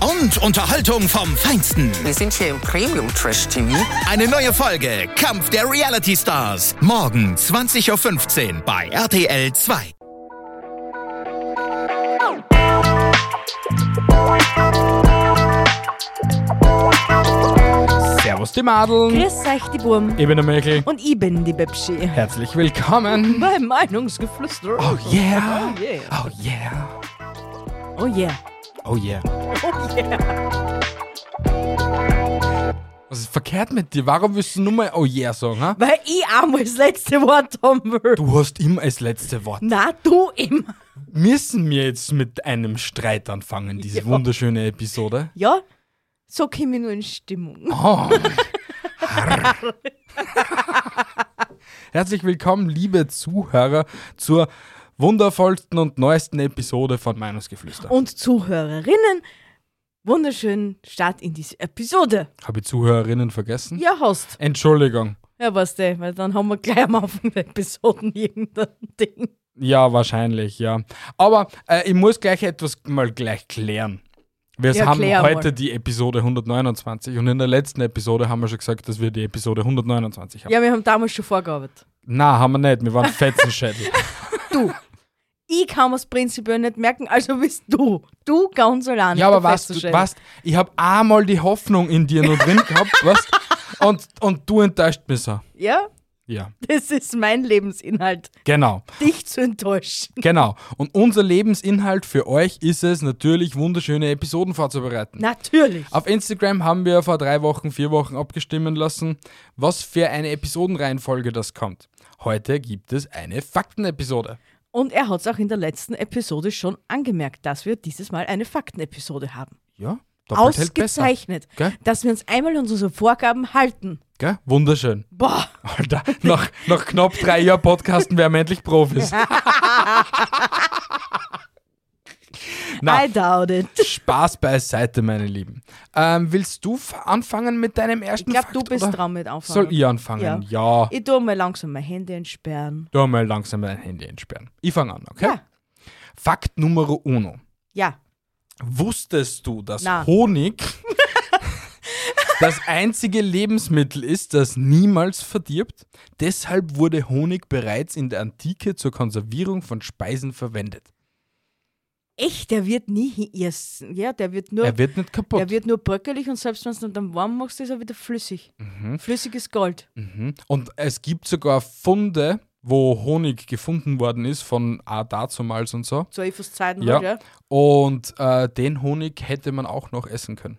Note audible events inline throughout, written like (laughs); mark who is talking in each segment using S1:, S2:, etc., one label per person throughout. S1: und Unterhaltung vom Feinsten.
S2: Wir sind hier im Premium Trash TV.
S1: Eine neue Folge Kampf der Reality Stars. Morgen 20.15 Uhr bei RTL 2.
S3: Servus die Madeln.
S4: Grüß euch, die Burm.
S3: Ich bin der Mökel.
S4: Und ich bin die Bibschi.
S3: Herzlich willkommen.
S4: Bei Meinungsgeflüster.
S3: Oh yeah.
S4: Oh yeah.
S3: Oh yeah.
S4: Oh yeah.
S3: Oh yeah.
S4: Oh yeah.
S3: Was ist verkehrt mit dir? Warum willst du nur mal Oh yeah sagen, ha?
S4: Weil ich einmal das letzte Wort haben will.
S3: Du hast immer das letzte Wort.
S4: Na, du immer.
S3: Müssen wir jetzt mit einem Streit anfangen, diese wunderschöne Episode?
S4: Ja, so komme ich nur in Stimmung.
S3: Oh. Harr. Herzlich willkommen, liebe Zuhörer, zur wundervollsten und neuesten Episode von Meinungsgeflüster.
S4: Und Zuhörerinnen, wunderschönen Start in diese Episode.
S3: Habe ich Zuhörerinnen vergessen?
S4: Ja, hast.
S3: Entschuldigung.
S4: Ja, weißt du, weil dann haben wir gleich am Anfang der Episoden irgendein Ding.
S3: Ja, wahrscheinlich, ja. Aber äh, ich muss gleich etwas mal gleich klären. Wir
S4: Ja,
S3: haben
S4: klär
S3: heute
S4: mal.
S3: die Episode 129 und in der letzten Episode haben wir schon gesagt, dass wir die Episode 129 haben.
S4: Ja, wir haben damals schon vorgearbeitet.
S3: Na, haben wir nicht. Wir waren
S4: (laughs)
S3: Fetzenschädel.
S4: Du. Ich kann mir das prinzipiell nicht merken, also bist du. Du ganz allein.
S3: Ja, aber
S4: da
S3: was, du,
S4: festzustellen.
S3: was, ich habe einmal die Hoffnung in dir noch drin
S4: (laughs)
S3: gehabt, was? Und, und du enttäuscht mich so.
S4: Ja,
S3: Ja,
S4: das ist mein Lebensinhalt,
S3: genau,
S4: dich zu enttäuschen.
S3: genau. Und unser Lebensinhalt für euch ist es natürlich, wunderschöne Episoden vorzubereiten.
S4: Natürlich.
S3: Auf Instagram haben wir vor drei Wochen, vier Wochen abgestimmen lassen, was für eine Episodenreihenfolge das kommt. Heute gibt es eine Faktenepisode.
S4: Und er hat es auch in der letzten Episode schon angemerkt, dass wir dieses Mal eine Faktenepisode haben.
S3: Ja, doppelt hält besser.
S4: Ausgezeichnet,
S3: Gell?
S4: dass wir uns einmal an unsere Vorgaben halten.
S3: Gell? Wunderschön.
S4: Boah,
S3: Alter, nach, nach knapp drei Jahren Podcasten werden wir endlich Profis. Na,
S4: I doubt it.
S3: Spaß beiseite, meine Lieben. Ähm, willst du f- anfangen mit deinem ersten
S4: Ich glaube,
S3: Fakt,
S4: du bist
S3: oder
S4: dran mit anfangen.
S3: Soll ich anfangen? Ja.
S4: Ich tue mal langsam mein Handy entsperren.
S3: Du mal langsam dein Handy entsperren. Ich fange an, okay?
S4: Ja.
S3: Fakt Nummer uno.
S4: Ja,
S3: Wusstest du, dass
S4: Na.
S3: Honig (laughs) das einzige Lebensmittel ist, das niemals verdirbt? Deshalb wurde Honig bereits in der Antike zur Konservierung von Speisen verwendet.
S4: echt, der wird nie hi- yes. Ja, der wird nur,
S3: Er wird nicht kaputt.
S4: der wird nur bröckelig und selbst wenn es dann warm machst, ist er wieder flüssig. Flüssiges Gold.
S3: mhm. Und es gibt sogar Funde, wo Honig gefunden worden ist, von ah, dazumals und so.
S4: Zur Ifos Zeiten
S3: Ja.
S4: halt, ja.
S3: Und äh, den Honig hätte man auch noch essen können.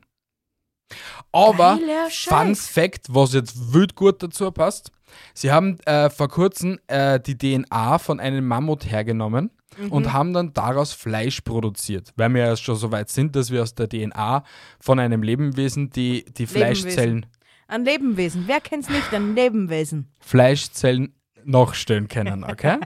S3: Aber
S4: Geiler
S3: Fun
S4: Scheiß.
S3: Fact, was jetzt wild gut dazu passt, sie haben äh, vor kurzem äh, die DNA von einem Mammut hergenommen
S4: Mhm.
S3: und haben dann daraus Fleisch produziert, weil wir ja schon so weit sind, dass wir aus der DNA von einem Lebewesen die, die Fleischzellen,
S4: Ein Lebenwesen. Wer kennt's nicht?
S3: (laughs)
S4: Ein Lebenwesen.
S3: Fleischzellen nachstellen können,
S4: (laughs)
S3: okay?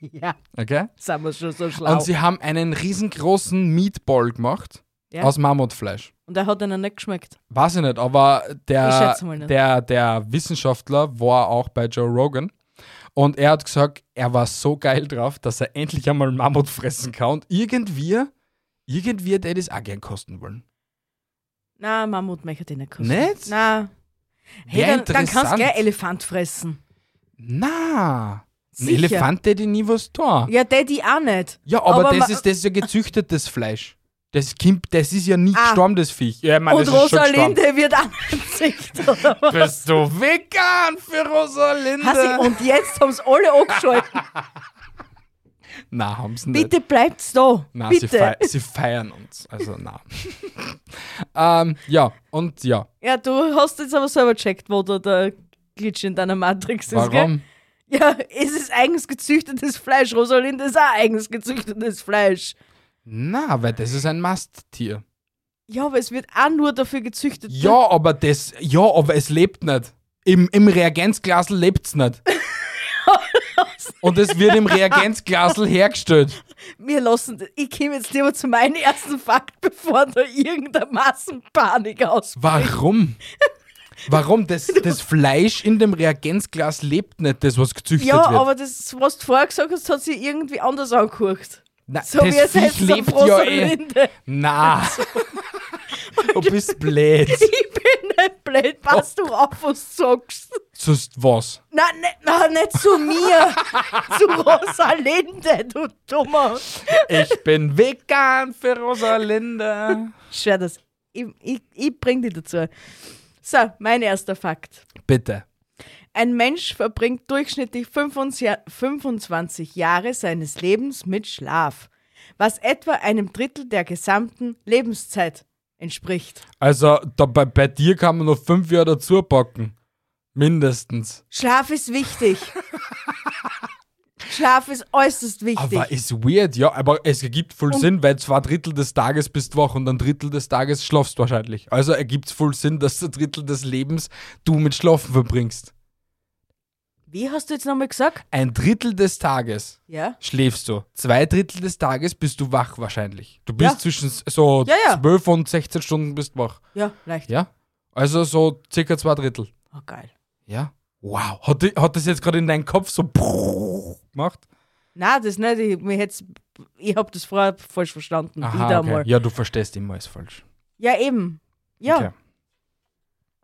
S4: Ja,
S3: okay?
S4: sind wir schon so schlau.
S3: Und sie haben einen riesengroßen Meatball gemacht
S4: Ja.
S3: aus Mammutfleisch.
S4: Und er hat ihnen nicht geschmeckt.
S3: Weiß ich nicht, aber
S4: Ich
S3: der,
S4: schätze mal nicht.
S3: der, der Wissenschaftler war auch bei Joe Rogan und er hat gesagt, er war so geil drauf, dass er endlich einmal Mammut fressen kann und irgendwie, irgendwie hätte er das auch gern kosten wollen.
S4: Na, Mammut möchte den nicht kosten.
S3: Nicht?
S4: Na. Hey,
S3: Wär
S4: dann, dann kannst du
S3: interessant.
S4: gleich Elefant fressen.
S3: Na, ein
S4: Sicher.
S3: Elefant hätte nie was da.
S4: Ja, Daddy auch nicht.
S3: Ja, aber,
S4: ma-
S3: das, ist, das ist ja gezüchtetes Fleisch. Das, kommt, das ist ja nicht
S4: Ah.
S3: gestorben, das Viech. Ja, ich mein,
S4: Und
S3: das ist schon gestorben.
S4: Rosalinde wird angezeigt, oder was?
S3: Bist du vegan für Rosalinde?
S4: (laughs) Hassi, und jetzt haben sie alle
S3: (laughs)
S4: angeschalten.
S3: Nein, haben sie nicht.
S4: Bitte bleibt's da.
S3: Na, sie, fei
S4: Bitte.
S3: sie feiern uns. Also, na. (laughs) ähm, ja, und ja.
S4: Ja, du hast jetzt aber selber gecheckt, wo da der Glitch in deiner Matrix ist, gell?
S3: Warum?
S4: (laughs) Ja, es ist eigenes gezüchtetes Fleisch. Rosalinde ist auch eigenes gezüchtetes Fleisch.
S3: Na, weil das ist ein Masttier.
S4: Ja, aber es wird auch nur dafür gezüchtet.
S3: Ja, aber das, ja, aber es lebt nicht. Im, im Reagenzglasel lebt es
S4: (laughs)
S3: nicht. Und es wird im Reagenzglasel hergestellt.
S4: Wir lassen das. Ich komme jetzt lieber zu meinem ersten Fakt, (laughs) bevor da irgendeine Massenpanik aus.
S3: Warum? Warum? Das, das Fleisch in dem Reagenzglas lebt nicht, das was gezüchtet
S4: Ja,
S3: wird.
S4: aber das, was du vorher gesagt hast, hat sich irgendwie anders angeguckt.
S3: Na,
S4: So wie es jetzt lebt
S3: eh.
S4: ja Rinde.
S3: Na. Du bist
S4: (laughs)
S3: blöd.
S4: (laughs) Ich bin nicht blöd, pass du auf, was du sagst.
S3: Sonst was?
S4: Nein, ne, nein, nicht zu mir. zu Rosalinde, du Dummer.
S3: Ich bin vegan für Rosalinde.
S4: Schwer das. Ich, ich, ich bring dich dazu. So, mein erster Fakt.
S3: Bitte.
S4: Ein Mensch verbringt durchschnittlich 25 Jahre seines Lebens mit Schlaf, was etwa einem Drittel der gesamten Lebenszeit entspricht.
S3: Also, da, bei, bei dir kann man noch fünf Jahre dazu packen. Mindestens.
S4: Schlaf
S3: (laughs)
S4: ist wichtig. Schlaf ist äußerst wichtig.
S3: Aber ist weird, ja, aber es ergibt voll Sinn, weil zwei Drittel des Tages bist wach und ein Drittel des Tages schlafst wahrscheinlich. Also ergibt es voll Sinn, dass ein Drittel des Lebens du mit Schlafen verbringst.
S4: Wie hast du jetzt nochmal gesagt?
S3: Ein Drittel des Tages
S4: Ja.
S3: schläfst du, zwei Drittel des Tages bist du wach wahrscheinlich. Du bist
S4: Ja.
S3: zwischen s- so
S4: Ja, ja.
S3: 12 und 16 Stunden bist wach,
S4: Ja, leicht.
S3: ja? Also so circa zwei Drittel,
S4: Oh, geil.
S3: ja? Wow, hat, die- hat das jetzt gerade in deinen Kopf so gemacht?
S4: Nein, das nicht. Ich, mir hätt's- ich habe das vorher falsch verstanden. Wieder
S3: Aha, okay.
S4: einmal.
S3: Ja, du verstehst immer alles falsch.
S4: Ja, eben. Ja.
S3: Okay.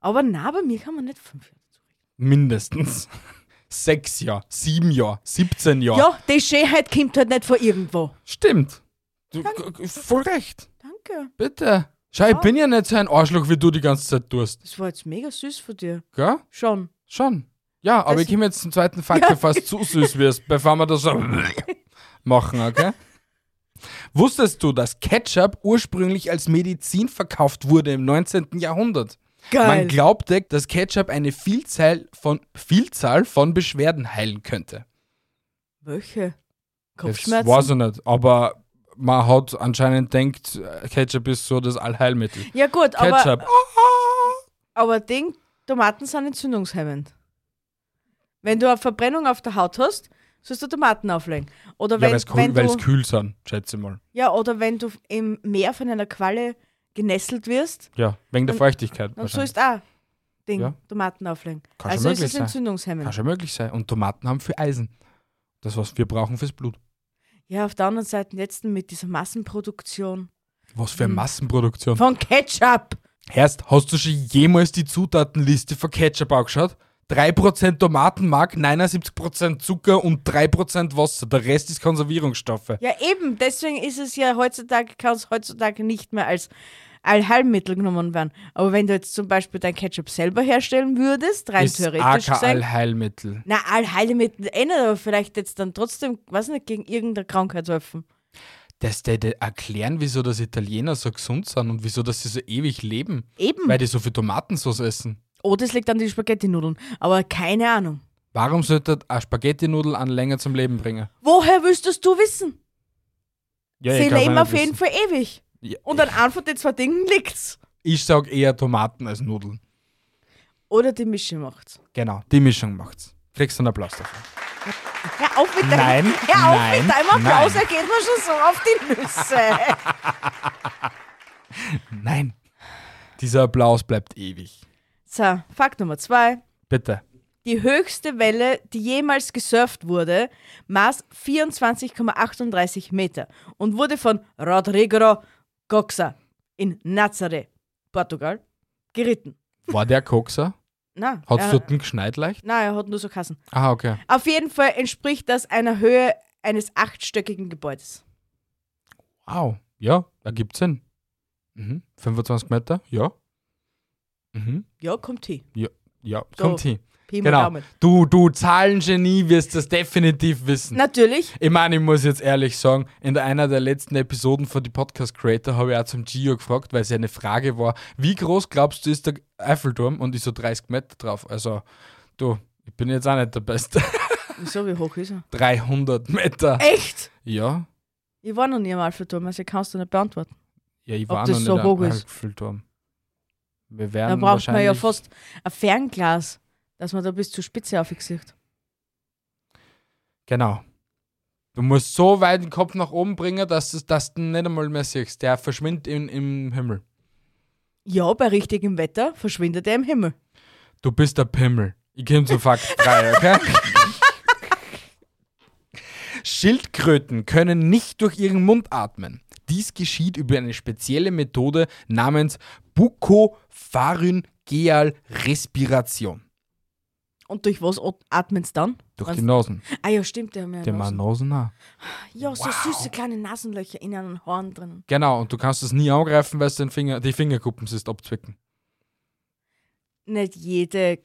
S4: Aber na, bei mir kann man nicht fünf Jahre zurück.
S3: Mindestens. (laughs) Sechs Jahre, sieben Jahre, 17 Jahre.
S4: Ja, die Schönheit kommt halt nicht von irgendwo.
S3: Stimmt. Du, g- g- voll recht.
S4: Danke.
S3: Bitte. Schau, ich bin ja nicht so ein Arschloch, wie du die ganze Zeit tust.
S4: Das war jetzt mega süß von dir.
S3: Gell?
S4: Schon.
S3: Schon. Ja, aber
S4: Das-
S3: ich komme jetzt zum zweiten Fakt, bevor es zu süß wirst, bevor wir das so machen, okay? Wusstest du, dass Ketchup ursprünglich als Medizin verkauft wurde im 19. Jahrhundert? Man glaubte, dass Ketchup eine Vielzahl von, Vielzahl von Beschwerden heilen könnte.
S4: Welche?
S3: Das
S4: Kopfschmerzen?
S3: weiß ich nicht, aber man hat anscheinend denkt, Ketchup ist so das Allheilmittel.
S4: ja gut,
S3: Ketchup.
S4: aber, aber Ding, Tomaten sind entzündungshemmend. Wenn du eine Verbrennung auf der Haut hast, sollst du Tomaten auflegen. Oder
S3: ja,
S4: wenn,
S3: weil es
S4: wenn
S3: kühl,
S4: du,
S3: weil's kühl sind, schätze ich mal.
S4: ja, oder wenn du im Meer von einer Qualle genesselt wirst,
S3: Ja, wegen der Feuchtigkeit.
S4: Und so
S3: wahrscheinlich.
S4: ist auch Ding,
S3: Ja.
S4: Tomaten auflegen.
S3: Kann schon
S4: also ist
S3: möglich
S4: es
S3: sein. Kann
S4: entzündungshemmend.
S3: schon möglich sein. Und Tomaten haben viel Eisen. Das, was wir brauchen fürs Blut.
S4: Ja, auf der anderen Seite jetzt mit dieser Massenproduktion
S3: Was für eine Massenproduktion.
S4: Mhm. von Ketchup.
S3: Herst, hast du schon jemals die Zutatenliste von Ketchup angeschaut? 3% Tomatenmark, 79% Zucker und 3% Wasser. Der Rest ist Konservierungsstoffe.
S4: Ja, eben, deswegen ist es ja heutzutage, kann es heutzutage nicht mehr als Allheilmittel genommen werden. Aber wenn du jetzt zum Beispiel dein Ketchup selber herstellen würdest, rein
S3: ist
S4: theoretisch
S3: AK
S4: gesehen.
S3: Allheilmittel.
S4: Na, Allheilmittel ändert aber vielleicht jetzt dann trotzdem, weiß nicht, gegen irgendeine Krankheit helfen.
S3: Das würde erklären, wieso das Italiener so gesund sind und wieso dass sie so ewig leben.
S4: Eben.
S3: Weil die so viel Tomatensauce essen.
S4: Oh, das liegt an den Spaghetti-Nudeln. Aber keine Ahnung.
S3: Warum sollte eine Spaghetti-Nudel einen länger zum Leben bringen?
S4: Woher wüsstest du wissen? sie leben auf jeden Fall ewig.
S3: Ja,
S4: Und an Anfang der zwei Dingen liegt's.
S3: Ich sag eher Tomaten als Nudeln.
S4: Oder die Mischung macht's.
S3: Genau, die Mischung macht's. Kriegst du einen Applaus dafür.
S4: Hör auf mit deinem,
S3: Nein,
S4: hör auf
S3: nein,
S4: mit deinem Applaus,
S3: nein.
S4: er geht mir schon so auf die Nüsse.
S3: Nein. Dieser Applaus bleibt ewig.
S4: so, Fakt Nummer zwei.
S3: Bitte.
S4: Die höchste Welle, die jemals gesurft wurde, maß 24,38 Meter und wurde von Rodrigo Goxa in Nazaré, Portugal, geritten.
S3: War der Kokser?
S4: Na,
S3: Hat's
S4: er,
S3: dort einen geschneit leicht?
S4: na, er hat nur so Kassen.
S3: Ah, okay.
S4: Auf jeden Fall entspricht das einer Höhe eines achtstöckigen Gebäudes.
S3: Wow. Ja, da gibt's Sinn. Mhm. 25 Meter? Ja. Mhm.
S4: Ja, kommt hin.
S3: Ja, ja.
S4: So.
S3: kommt hin.
S4: Pi mal
S3: Genau.
S4: Daumen.
S3: Du, du Zahlengenie wirst das definitiv wissen.
S4: Natürlich.
S3: Ich meine, ich muss jetzt ehrlich sagen, in der- einer der letzten Episoden von die Podcast Creator habe ich auch zum Gio gefragt, weil es ja eine Frage war, wie groß glaubst du ist der Eiffelturm? Und ich so 30 Meter drauf. Also, du, ich bin (laughs) jetzt auch nicht der Beste.
S4: Wieso, wie hoch ist er?
S3: 300 Meter.
S4: Echt?
S3: Ja.
S4: Ich war noch nie am Alpha-Turm, also ich kann es dir nicht beantworten.
S3: Ja, ich
S4: Ob
S3: war
S4: das
S3: noch nicht
S4: so
S3: am
S4: hoch ist?
S3: Eiffelturm. Wir
S4: Da
S3: werden
S4: braucht man ja
S3: wahrscheinlich-
S4: fast ein Fernglas, dass man da bis zur Spitze aufgesieht.
S3: Genau. Du musst so weit den Kopf nach oben bringen, dass du, dass du ihn nicht einmal mehr siehst. Der verschwindet in, im Himmel.
S4: Ja, bei richtigem Wetter verschwindet er im Himmel.
S3: Du bist der Pimmel. Ich komme zu
S4: (laughs)
S3: Fakt 3, okay? Schildkröten können nicht durch ihren Mund atmen. Dies geschieht über eine spezielle Methode namens Bukopharyngealrespiration.
S4: Und durch was at- atmen's dann?
S3: Durch
S4: Wenn's-
S3: die Nasen.
S4: ah ja, stimmt, der haben ja
S3: Die haben auch
S4: Nasen.
S3: Nasen auch.
S4: Ja, so süße kleine Nasenlöcher in einem Horn drin.
S3: Genau, und du kannst es nie angreifen, weil es den Finger, die Fingerkuppen ist abzwicken.
S4: Nicht jede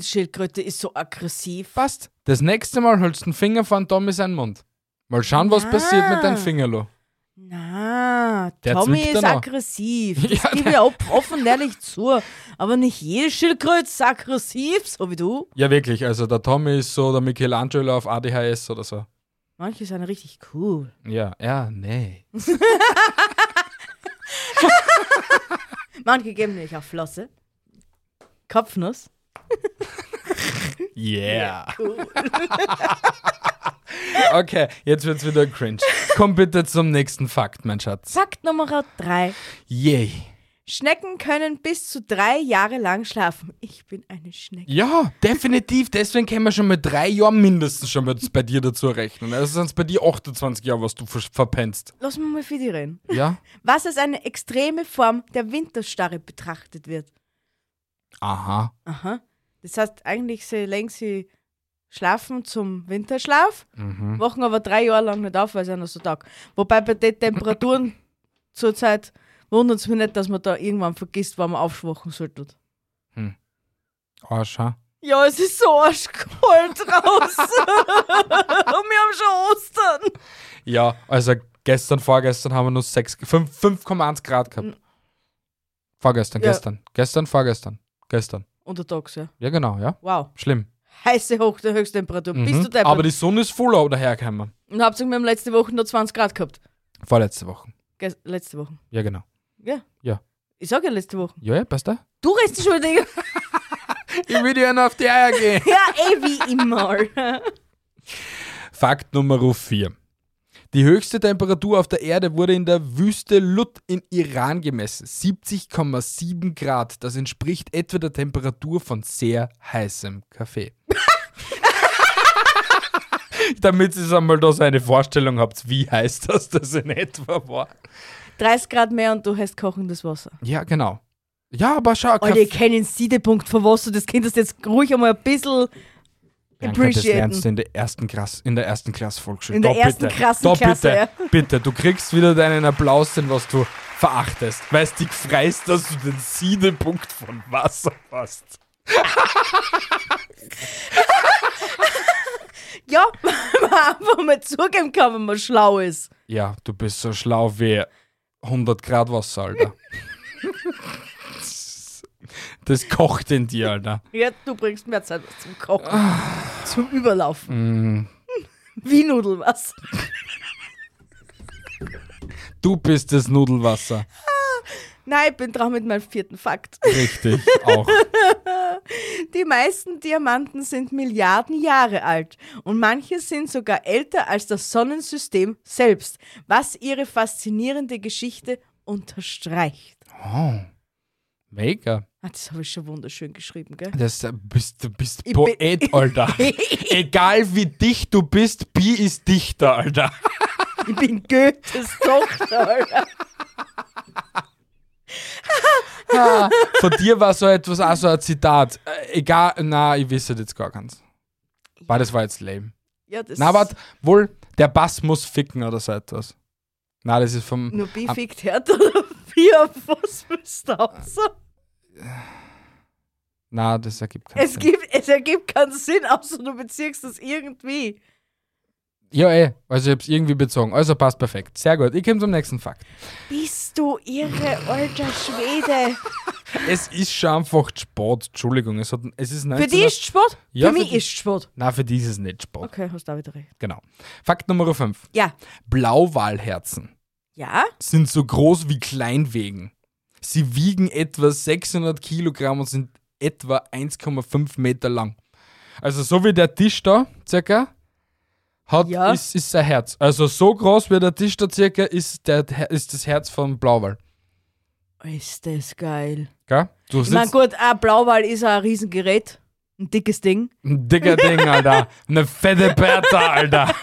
S4: Schildkröte ist so aggressiv.
S3: Passt. Das nächste Mal hältst du den Finger von Tommy seinen Mund. Mal schauen, was
S4: Na.
S3: passiert mit deinem Fingerlo.
S4: Na,
S3: Der
S4: Tommy
S3: zwickt
S4: ist
S3: dann auch. (laughs)
S4: aggressiv. Das
S3: Ja,
S4: gebe ich auch offen und ehrlich zu. Aber nicht jede Schildkröte ist aggressiv, so wie du.
S3: Ja, wirklich. Also der Tommy ist so der Michelangelo auf ADHS oder so.
S4: Manche sind richtig cool.
S3: Ja, ja, nee.
S4: Manche geben nicht auf Flosse. Kopfnuss.
S3: Yeah. (laughs) okay, jetzt wird's wieder cringe. Komm bitte zum nächsten Fakt, mein Schatz.
S4: Fakt Nummer drei.
S3: Yay.
S4: Schnecken können bis zu drei Jahre lang schlafen. Ich bin eine Schnecke.
S3: Ja, definitiv. Deswegen können wir schon mit drei Jahren mindestens schon mal bei dir dazu rechnen. Also sind es bei dir 28 Jahre, was du ver verpennst.
S4: Lass mal mal für die reden.
S3: Ja?
S4: Was als eine extreme Form der Winterstarre betrachtet wird.
S3: Aha.
S4: Aha. Das heißt, eigentlich sie legen sie schlafen zum Winterschlaf, wachen aber drei Jahre lang nicht auf, weil es einer so tag. Wobei bei den Temperaturen (laughs) zurzeit wundert es mich nicht, dass man da irgendwann vergisst, wann man aufschwachen sollte.
S3: Arsch, ha?
S4: Ja, es ist so arschkalt raus. (laughs) Und wir haben schon Ostern.
S3: Ja, also gestern, vorgestern haben wir nur sechs- fünf- 5,1 Grad gehabt. Vorgestern,
S4: Ja.
S3: gestern. Gestern, vorgestern. Gestern.
S4: Untertags, ja.
S3: Ja, genau, ja.
S4: Wow.
S3: Schlimm.
S4: Heiße Hoch der Höchsttemperatur. Bist du
S3: Mhm. Aber
S4: deppert?
S3: die Sonne ist voll oder hergekommen.
S4: Und habt ihr mir letzte Woche nur 20 Grad gehabt?
S3: Vorletzte Woche.
S4: Ges letzte Woche.
S3: Ja, genau.
S4: Ja.
S3: Ja.
S4: Ich sag ja letzte Woche.
S3: Ja, ja, passt
S4: (laughs)
S3: da.
S4: Du redest dich schon wieder. die- (laughs)
S3: Ich will dir noch auf die Eier gehen.
S4: Ja, eh wie immer. (laughs)
S3: Fakt Nummer 4. Die höchste Temperatur auf der Erde wurde in der Wüste Lut in Iran gemessen. 70,7 Grad. Das entspricht etwa der Temperatur von sehr heißem Kaffee. (laughs) Damit ihr einmal da so eine Vorstellung habt, wie heiß das das in etwa war.
S4: 30 Grad mehr und du hast kochendes Wasser.
S3: Ja, genau. Ja, aber schau,
S4: Alter, ihr
S3: Kaffee.
S4: kennt den Siedepunkt von Wasser. Das könntest du jetzt ruhig einmal ein bisschen
S3: Bianca, das lernst
S4: appreciaten.
S3: du in der ersten Klasse, in der ersten Klasse Volksschule.
S4: In
S3: Da
S4: der ersten
S3: bitte,
S4: krassen
S3: da
S4: Klasse,
S3: bitte,
S4: ja.
S3: bitte, du kriegst wieder deinen Applaus, den was du verachtest. Weißt du, freist, dass du den Siedepunkt von Wasser hast.
S4: Ja, (laughs) wenn man einfach mal zugeben kann, wenn man schlau ist.
S3: Ja, du bist so schlau wie 100 Grad Wasser, Alter. das kocht in dir, Alter.
S4: Ja, du bringst mehr Zeit was zum Kochen. zum Überlaufen. Wie Nudelwasser.
S3: Du bist das Nudelwasser.
S4: Nein, ich bin dran mit meinem vierten Fakt.
S3: Richtig, auch.
S4: Die meisten Diamanten sind Milliarden Jahre alt und manche sind sogar älter als das Sonnensystem selbst, was ihre faszinierende Geschichte unterstreicht.
S3: Oh, mega.
S4: Ah, das habe ich schon wunderschön geschrieben, gell?
S3: Das du bist, du bist
S4: Ich
S3: Poet,
S4: bin- (laughs)
S3: Alter. Egal wie dicht du bist, Bi ist Dichter, Alter.
S4: Ich bin Goethes Tochter, Alter.
S3: Von dir war so etwas, auch so ein Zitat. Äh, egal, na, ich wüsste jetzt gar keins. Weil das war jetzt lame.
S4: Ja, das
S3: Na, warte, wohl, der Bass muss ficken oder so etwas. Na, das ist vom.
S4: Nur B fickt härter oder B auf was willst du aus?
S3: Na, das ergibt keinen
S4: Es,
S3: Sinn.
S4: gibt, es ergibt keinen Sinn, außer du beziehst es irgendwie.
S3: Ja, eh. Also, ich hab's irgendwie bezogen. Also, passt perfekt. Sehr gut. Ich komme zum nächsten Fakt.
S4: Bist du irre, alter Schwede?
S3: Es ist schon einfach zu spät, Entschuldigung. Es, hat, es ist
S4: Für die
S3: 19...
S4: ist Sport?
S3: Ja,
S4: für
S3: für
S4: mich
S3: die-
S4: ist Sport.
S3: Nein, für die ist es nicht spät.
S4: Okay, hast du auch wieder recht.
S3: Genau. Fakt Nummer 5.
S4: Ja.
S3: Blauwalherzen
S4: Ja?
S3: sind so groß wie Kleinwegen. Sie wiegen etwa 600 Kilogramm und sind etwa 1,5 Meter lang. Also so wie der Tisch da, circa, hat,
S4: Ja.
S3: ist, ist sein Herz. Also so groß wie der Tisch da circa ist, der, ist das Herz von Blauwal.
S4: Ist das geil.
S3: Gell? Du
S4: Ich meine,
S3: sitzt
S4: gut, ein Blauwal ist ein Riesengerät. Ein dickes Ding.
S3: ein dicker
S4: (laughs)
S3: Ding, Alter. Eine fette Bertha, Alter.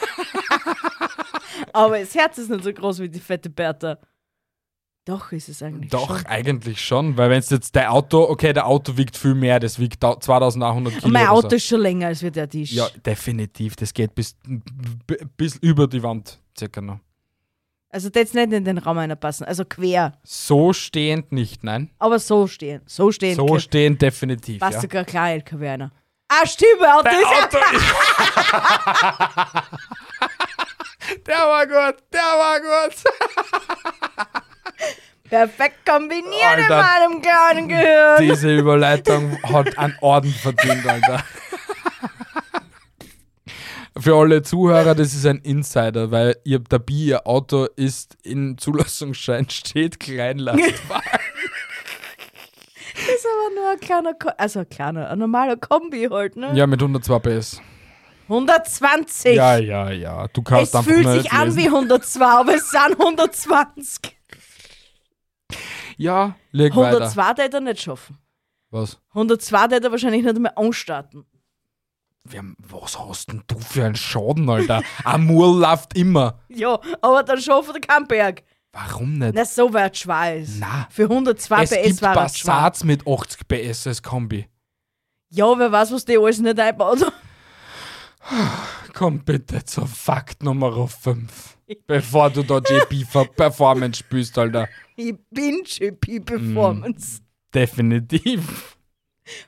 S4: Aber das Herz ist nicht so groß wie die fette Bertha. Doch ist es eigentlich.
S3: Doch,
S4: Schon.
S3: eigentlich schon, weil wenn es jetzt dein Auto, okay, der Auto wiegt viel mehr, das wiegt da- 2800 Kilo.
S4: Und mein
S3: oder
S4: Auto
S3: so.
S4: ist schon länger als wir der Tisch.
S3: Ja, definitiv, das geht bis, b- bis über die Wand, circa noch.
S4: Also das nicht in den Raum reinpassen. Also quer.
S3: So stehend nicht, nein.
S4: Aber so stehen. So stehen.
S3: So stehend definitiv,
S4: Passt
S3: ja. (laughs)
S4: sogar klar, LKW einer. Ah, stimmt, mein Auto
S3: Dein
S4: ist ja.
S3: Auto (laughs) ist... der war gut, der war gut.
S4: Perfekt kombiniert in
S3: Alter.
S4: meinem kleinen
S3: (laughs)
S4: Gehirn.
S3: Diese Überleitung hat einen Orden verdient, Alter. Für alle Zuhörer, das ist ein Insider, weil ihr dabei, ihr Auto ist im Zulassungsschein (laughs) steht (laughs) Kleinlastwagen.
S4: Das ist aber nur ein kleiner, Ko also ein kleiner, ein normaler Kombi halt, ne?
S3: ja, mit 102 PS.
S4: 120.
S3: Ja, ja, ja. Du kannst
S4: es
S3: einfach
S4: fühlt
S3: nur
S4: sich
S3: nicht
S4: an
S3: lesen.
S4: wie 102, aber es sind 120.
S3: Ja, leg weiter.
S4: 102 hätte er nicht schaffen.
S3: Was?
S4: 102 hätte er wahrscheinlich nicht einmal anstarten.
S3: Wir haben- Was hast denn du für einen Schaden, Alter? Amur läuft immer.
S4: Ja, aber dann schafft er keinen Berg.
S3: Warum nicht?
S4: Na, so weit schwer ist.
S3: Na.
S4: Für 102
S3: es
S4: PS
S3: gibt
S4: war er schwer.
S3: Passats mit 80 PS als Kombi.
S4: Ja, wer weiß, was die alles nicht einbaut. (laughs)
S3: Komm bitte zur Fakt Nummer 5. Bevor du da
S4: (laughs)
S3: JP für Performance spielst, Alter.
S4: Ich bin GP Performance.
S3: Definitiv.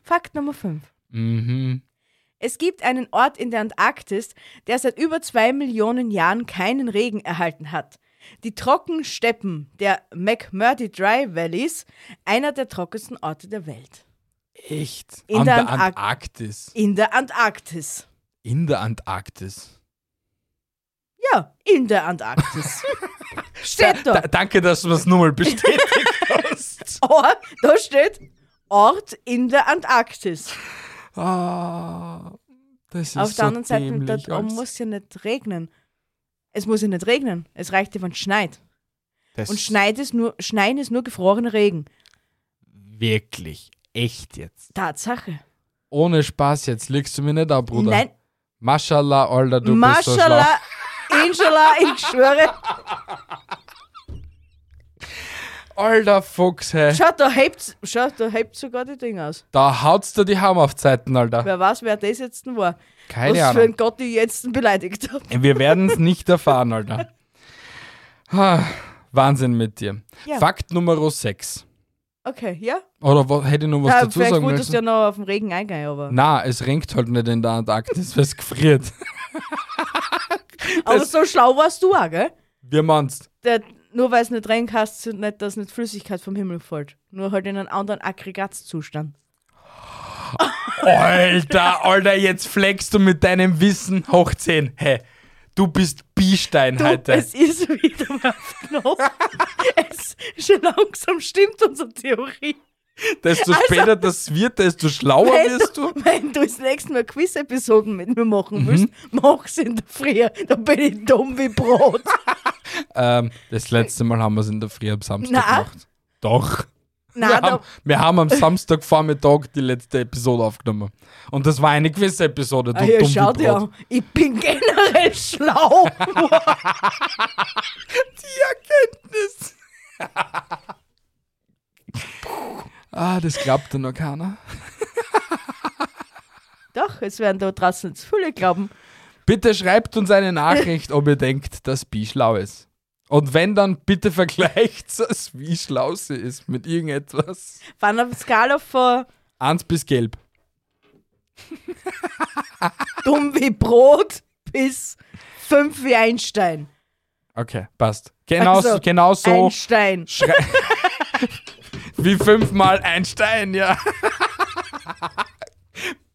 S4: Fakt Nummer 5.
S3: Mhm.
S4: Es gibt einen Ort in der Antarktis, der seit über zwei Millionen Jahren keinen Regen erhalten hat. Die trockenen Steppen der McMurdy Dry Valleys, einer der trockensten Orte der Welt.
S3: Echt?
S4: In
S3: An
S4: der
S3: der
S4: Antark-
S3: Antarktis.
S4: In der Antarktis.
S3: In der Antarktis.
S4: Ja, in der
S3: (laughs)
S4: Antarktis. (laughs) steht da.
S3: Da, danke, dass du das nochmal
S4: (laughs)
S3: bestätigt hast.
S4: Or, Oh, da steht Ort in der Antarktis.
S3: Ah, das ist
S4: Auf
S3: so
S4: der anderen Seite, da
S3: dämlich
S4: da
S3: als-
S4: muss ja nicht regnen. Es muss ja nicht regnen. Es reicht ja, wenn es schneit.
S3: das
S4: Und schneit ist nur, schneien ist nur gefrorener Regen.
S3: Wirklich. Echt jetzt.
S4: Tatsache.
S3: Ohne Spaß jetzt. Legst du mir nicht ab, Bruder.
S4: Nein,
S3: Maschallah, Alter, du bist so schlau.
S4: Maschallah, Inshallah, (laughs) ich schwöre.
S3: Alter Fuchs, hey.
S4: Schau, da hebt, schau, da hebt sogar die Ding aus.
S3: Da haut's dir die Hammer auf Zeiten, Alter.
S4: Wer weiß, wer das jetzt denn war.
S3: Keine
S4: Was für ein
S3: Ahnung.
S4: Gott ich jetzt beleidigt habe.
S3: Wir werden es nicht erfahren,
S4: (laughs)
S3: Alter. Ha, Wahnsinn mit dir.
S4: Ja.
S3: Fakt Nummer 6.
S4: Okay, ja?
S3: Oder wo, hätte ich noch was
S4: Na,
S3: dazu
S4: vielleicht
S3: sagen
S4: wolltest
S3: müssen?
S4: du ja noch auf den Regen eingehen, aber.
S3: Na, es ringt halt nicht in der Antarktis, (laughs) weil es gefriert.
S4: aber so schlau warst du auch, gell?
S3: Wie meinst
S4: Der, nur weil es nicht regnet, heißt es nicht, dass nicht Flüssigkeit vom Himmel fällt. Nur halt in einem anderen Aggregatzustand.
S3: Alter, Alter, jetzt flexst du mit deinem Wissen hoch 10. Hä? Du bist Biestein
S4: Du,
S3: heute.
S4: es ist wieder mal
S3: (laughs)
S4: aufgenommen. es, schon langsam stimmt unsere Theorie.
S3: desto später das wird, desto schlauer wirst du. Mhm.
S4: wenn Also- du das nächste Mal Quiz-Episoden mit mir machen willst, mach's in der Früh. Da bin ich dumm
S3: (laughs)
S4: wie Brot.
S3: Ähm, das letzte Mal haben wir es in der Früh am Samstag
S4: Na.
S3: gemacht. Doch.
S4: Nein,
S3: Wir haben,
S4: da,
S3: wir haben am Samstagvormittag die letzte Episode aufgenommen. Und das war eine Quiz-Episode, du
S4: ah, ja,
S3: dumm
S4: schau
S3: wie
S4: dir
S3: Brot.
S4: an. Ich bin generell (laughs) schlau.
S3: Erkenntnis. (laughs) ah, das glaubt ja noch keiner.
S4: Doch, es werden da draußen jetzt viele glauben.
S3: Bitte schreibt uns eine Nachricht, ob ihr denkt, dass Bi schlau ist. Und wenn, dann bitte vergleicht (laughs) es, wie schlau sie ist mit irgendetwas.
S4: Von einer Skala von
S3: Eins bis gelb.
S4: dumm wie Brot bis fünf wie Einstein.
S3: Okay, passt. Genau,
S4: Also,
S3: genau so.
S4: (laughs) Einstein.
S3: Schrei Wie fünfmal ein Stein, ja. (laughs)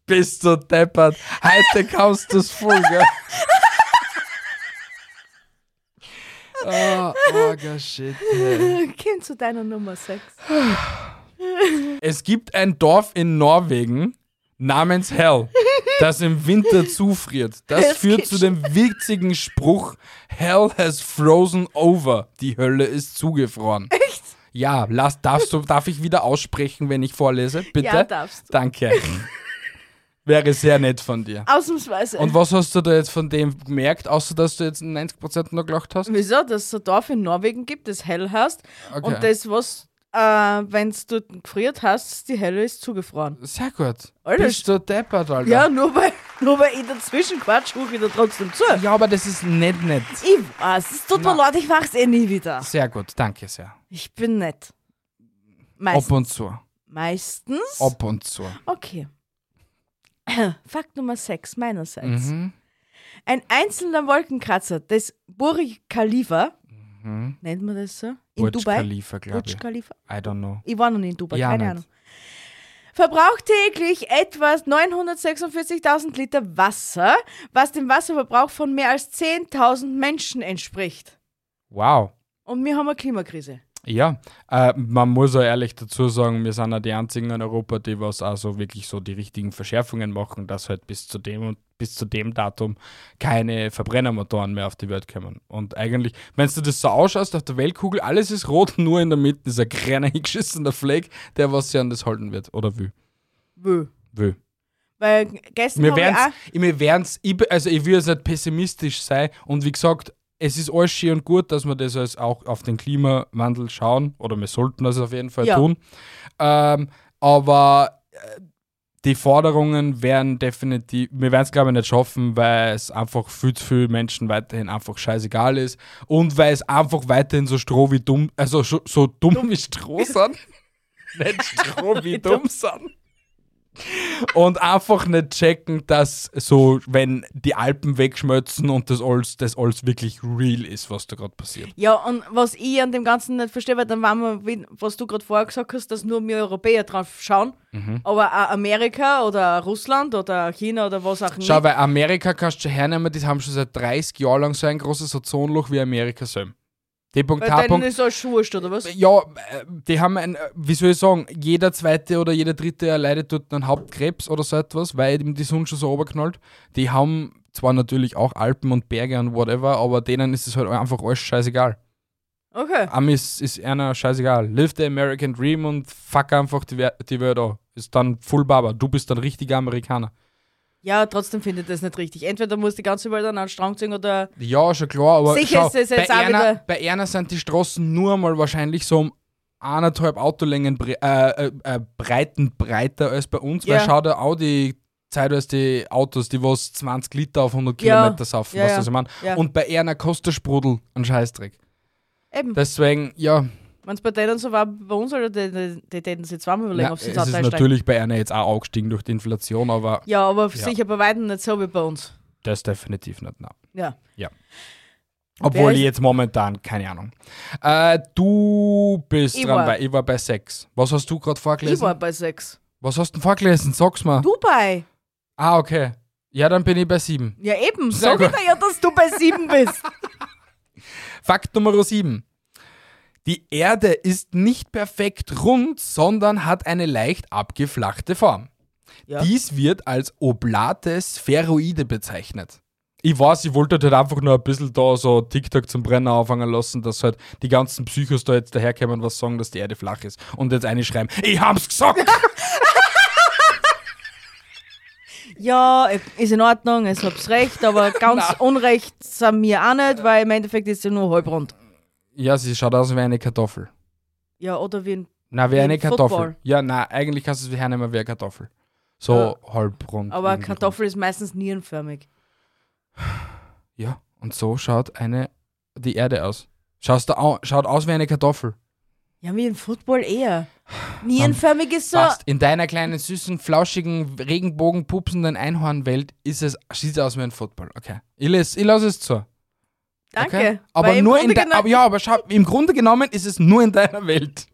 S3: Bist du deppert. Heute kaufst du's voll, gell? Oh, arger Shit. ey.
S4: Komm zu deiner Nummer 6.
S3: Es gibt ein Dorf in Norwegen namens Hell, das im Winter zufriert. Das
S4: Es
S3: führt
S4: gibt-
S3: zu dem witzigen Spruch, Hell has frozen over. Die Hölle ist zugefroren. Echt? Ja, lass, darfst du, darf ich wieder aussprechen, wenn ich vorlese? Bitte?
S4: Ja, darfst du. Ah,
S3: Danke. Wäre sehr nett von dir.
S4: Ausnahmsweise.
S3: Und was hast du da jetzt von dem gemerkt, außer dass du jetzt 90% nur gelacht hast?
S4: Wieso? Dass es ein Dorf in Norwegen gibt, das hell heißt.
S3: Okay.
S4: Und das, was, äh, wenn es dort gefriert heißt, die Hölle ist zugefroren.
S3: Sehr gut.
S4: Alter,
S3: Bist du deppert, Alter.
S4: Ja, nur weil, (laughs) nur weil ich dazwischen quatsch, rufe ich da trotzdem zu.
S3: ja, aber das ist nicht nett.
S4: Ich weiß, es tut mir leid, ich mach's eh nie wieder.
S3: Sehr gut, danke sehr.
S4: Ich bin nett.
S3: Ab
S4: Meist,
S3: und zu.
S4: meistens?
S3: Ab und zu.
S4: Okay. (clears throat) Fakt Nummer 6 meinerseits.
S3: Mhm.
S4: Ein einzelner Wolkenkratzer des Burj Khalifa, nennt man das so? In
S3: Burj
S4: Dubai?
S3: Khalifa, glaub
S4: Burj
S3: ich.
S4: Mhm. Khalifa.
S3: I don't know.
S4: Ich war noch nie in Dubai,
S3: Ja,
S4: keine
S3: nicht.
S4: Ahnung. Verbraucht täglich etwa 946.000 Liter Wasser, was dem Wasserverbrauch von mehr als 10.000 Menschen entspricht.
S3: Wow.
S4: Und wir haben eine Klimakrise.
S3: Ja, äh, man muss auch ehrlich dazu sagen, wir sind ja die einzigen in Europa, die was also wirklich so die richtigen Verschärfungen machen, dass halt bis zu dem und bis zu dem Datum keine Verbrennermotoren mehr auf die Welt kommen. Und eigentlich, wenn du das so ausschaust auf der Weltkugel, alles ist rot, (laughs) nur in der Mitte ist ein kleiner (laughs) hingeschissener Fleck, der was sie an das halten wird oder will.
S4: Wö.
S3: Will.
S4: Weil gestern
S3: Wir
S4: habe ich
S3: werden's,
S4: auch-
S3: ich, wir werden's, ich, bin- also ich will jetzt nicht pessimistisch sein und wie gesagt, es ist alles schön und gut, dass wir das als auch auf den Klimawandel schauen oder wir sollten das auf jeden Fall
S4: Ja.
S3: tun. Ähm, aber äh, die Forderungen werden definitiv, wir werden es glaube ich nicht schaffen, weil es einfach viel zu vielen Menschen weiterhin einfach scheißegal ist und weil es einfach weiterhin so stroh wie dumm, also so, so dumm, wie Stroh (laughs) sind. nicht stroh wie dumm sind und einfach nicht checken, dass so, wenn die Alpen wegschmötzen und das alles, das alles wirklich real ist, was da gerade passiert.
S4: Ja, und was ich an dem Ganzen nicht verstehe, weil dann waren wir, wie- was du gerade vorher gesagt hast, dass nur wir Europäer drauf schauen,
S3: Mhm.
S4: aber auch Amerika oder Russland oder China oder was auch
S3: Schau,
S4: immer.
S3: weil Amerika kannst du schon hernehmen, die haben schon seit 30 Jahren lang so ein großes Ozonloch wie Amerika selber. T-Punkt,
S4: Weil denen
S3: H-Punkt.
S4: ist alles wurscht, oder was?
S3: Ja, äh, die haben ein, äh, wie soll ich sagen, jeder zweite oder jeder dritte erleidet dort einen Hauptkrebs oder so etwas, weil eben die Sonne schon so runterknallt. Die haben zwar natürlich auch Alpen und Berge und whatever, aber denen ist es halt einfach alles scheißegal.
S4: Okay.
S3: Amis ist einer scheißegal. Live the American Dream und fuck einfach die, Wer- die Welt an. Ist dann full Baba. Du bist dann richtiger Amerikaner.
S4: Ja, trotzdem finde ich das nicht richtig. Entweder muss die ganze Welt an einen Strang ziehen oder.
S3: Ja, schon klar, aber
S4: Sicher
S3: schau,
S4: ist es jetzt
S3: bei,
S4: auch
S3: einer,
S4: wieder-
S3: bei einer sind die Straßen nur mal wahrscheinlich so um eineinhalb Autolängen bre äh, äh, äh, breiten breiter als bei uns,
S4: Ja.
S3: weil schau der Audi zeitweise die Autos, die was 20 Liter auf 100
S4: Ja.
S3: Kilometer saufen,
S4: Ja,
S3: weißt du,
S4: ja.
S3: was ich meine?
S4: Ja.
S3: Und bei einer kostet der Sprudel ein Scheißdreck.
S4: Eben.
S3: Deswegen, ja,
S4: Wenn es bei denen so war, bei uns, oder die, die, die täten sich zweimal überlegen,
S3: na,
S4: ob
S3: es
S4: sie
S3: ist
S4: es auch
S3: natürlich bei einer jetzt auch angestiegen durch die Inflation, aber
S4: Ja, aber sicher bei weitem nicht so wie bei uns.
S3: Das definitiv nicht, nein.
S4: Ja.
S3: Obwohl
S4: ist-
S3: ich jetzt momentan, keine Ahnung. Äh, du bist
S4: Ich
S3: dran,
S4: war-
S3: weil ich war bei 6. Was hast du gerade vorgelesen?
S4: Ich war bei sechs.
S3: Was hast du denn vorgelesen? Sag's mal.
S4: Dubai.
S3: Ah, okay. Ja, dann bin ich bei 7.
S4: Ja, eben.
S3: Sehr
S4: Sag ich
S3: gut.
S4: dir ja, dass du bei
S3: (laughs)
S4: sieben bist.
S3: Fakt Nummer 7. Die Erde ist nicht perfekt rund, sondern hat eine leicht abgeflachte Form.
S4: Ja.
S3: Dies wird als oblate Spheroide bezeichnet. Ich weiß, ich wollte halt einfach nur ein bisschen da so TikTok zum Brenner anfangen lassen, dass halt die ganzen Psychos da jetzt daherkommen und was sagen, dass die Erde flach ist. Und jetzt eine schreiben, ich hab's
S4: (laughs)
S3: gesagt!
S4: Ja, ist in Ordnung, es hab's
S3: (laughs)
S4: recht, aber ganz unrecht sind wir auch nicht, weil im Endeffekt ist sie nur halbrund.
S3: ja, sie schaut aus wie eine Kartoffel.
S4: Ja, oder wie ein.
S3: Na, wie
S4: Wie
S3: eine
S4: ein
S3: Kartoffel.
S4: Football.
S3: Ja, na, eigentlich kannst du es wie hernehmen wie eine Kartoffel. So halb rund.
S4: Aber
S3: irgendwie rund.
S4: Kartoffel ist meistens nierenförmig.
S3: Ja, und so schaut eine die Erde aus. Schaust du au schaut aus wie eine Kartoffel.
S4: Ja, wie ein Football eher. Nierenförmig ist so.
S3: Passt. In deiner kleinen, süßen, flauschigen, regenbogenpupsenden Einhornwelt ist es, sieht es aus wie ein Football. Okay. Ich, les- ich lasse es zu.
S4: Danke.
S3: Okay? Aber
S4: Weil im
S3: nur in
S4: Grunde
S3: der,
S4: genommen-
S3: aber, ja, aber schau, im Grunde genommen ist es nur in deiner Welt.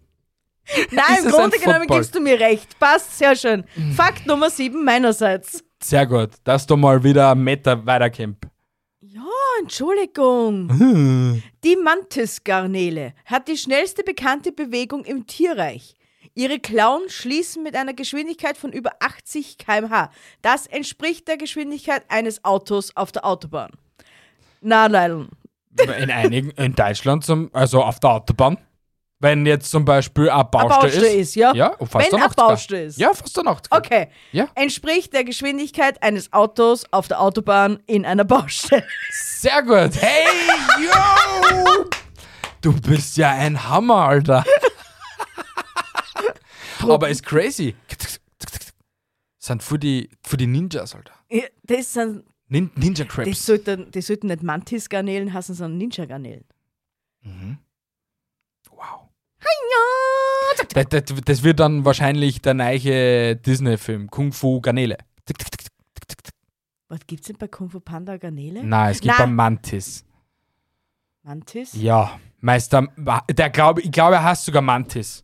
S4: Nein,
S3: Ist es
S4: im
S3: ein
S4: Grunde genommen
S3: Football? Mhm.
S4: gibst du mir recht. Passt sehr schön. Fakt Nummer 7 meinerseits.
S3: Sehr gut, dass du mal wieder ein Meter weiterkämpft.
S4: Ja, Entschuldigung. Die Mantisgarnele hat die schnellste bekannte Bewegung im Tierreich. Ihre Klauen schließen mit einer Geschwindigkeit von über 80 km/h. Das entspricht der Geschwindigkeit eines Autos auf der Autobahn. Na, Leilon.
S3: In einigen, in Deutschland, zum, also auf der Autobahn. Wenn jetzt zum Beispiel ein Baustelle
S4: Baustelle
S3: ist.
S4: ist, ja.
S3: ja fast
S4: Wenn
S3: ein
S4: ein
S3: 80er.
S4: Baustelle ist.
S3: Ja, fast ein 80er.
S4: Okay.
S3: Ja.
S4: Entspricht der Geschwindigkeit eines Autos auf der Autobahn in einer Baustelle. (laughs)
S3: Sehr gut. Hey, yo! Du bist ja ein Hammer, Alter. Aber ist crazy. Sind für die, für die Ninjas, Alter.
S4: Ja, Das, sind,
S3: Nin Ninja
S4: das,
S3: Crabs.
S4: sollten, das sollten nicht Mantis-Garnelen heißen, sondern Ninja-Garnelen.
S3: Wow.
S4: Ja, zack,
S3: Das, das, das wird dann wahrscheinlich der neue Disney-Film. Kung Fu Garnele.
S4: Was gibt's denn bei Kung Fu Panda Garnele?
S3: Nein, es gibt
S4: Nein.
S3: einen Mantis.
S4: Mantis?
S3: Ja, Meister. Ma- Der glaube, ich glaube, er heißt sogar Mantis.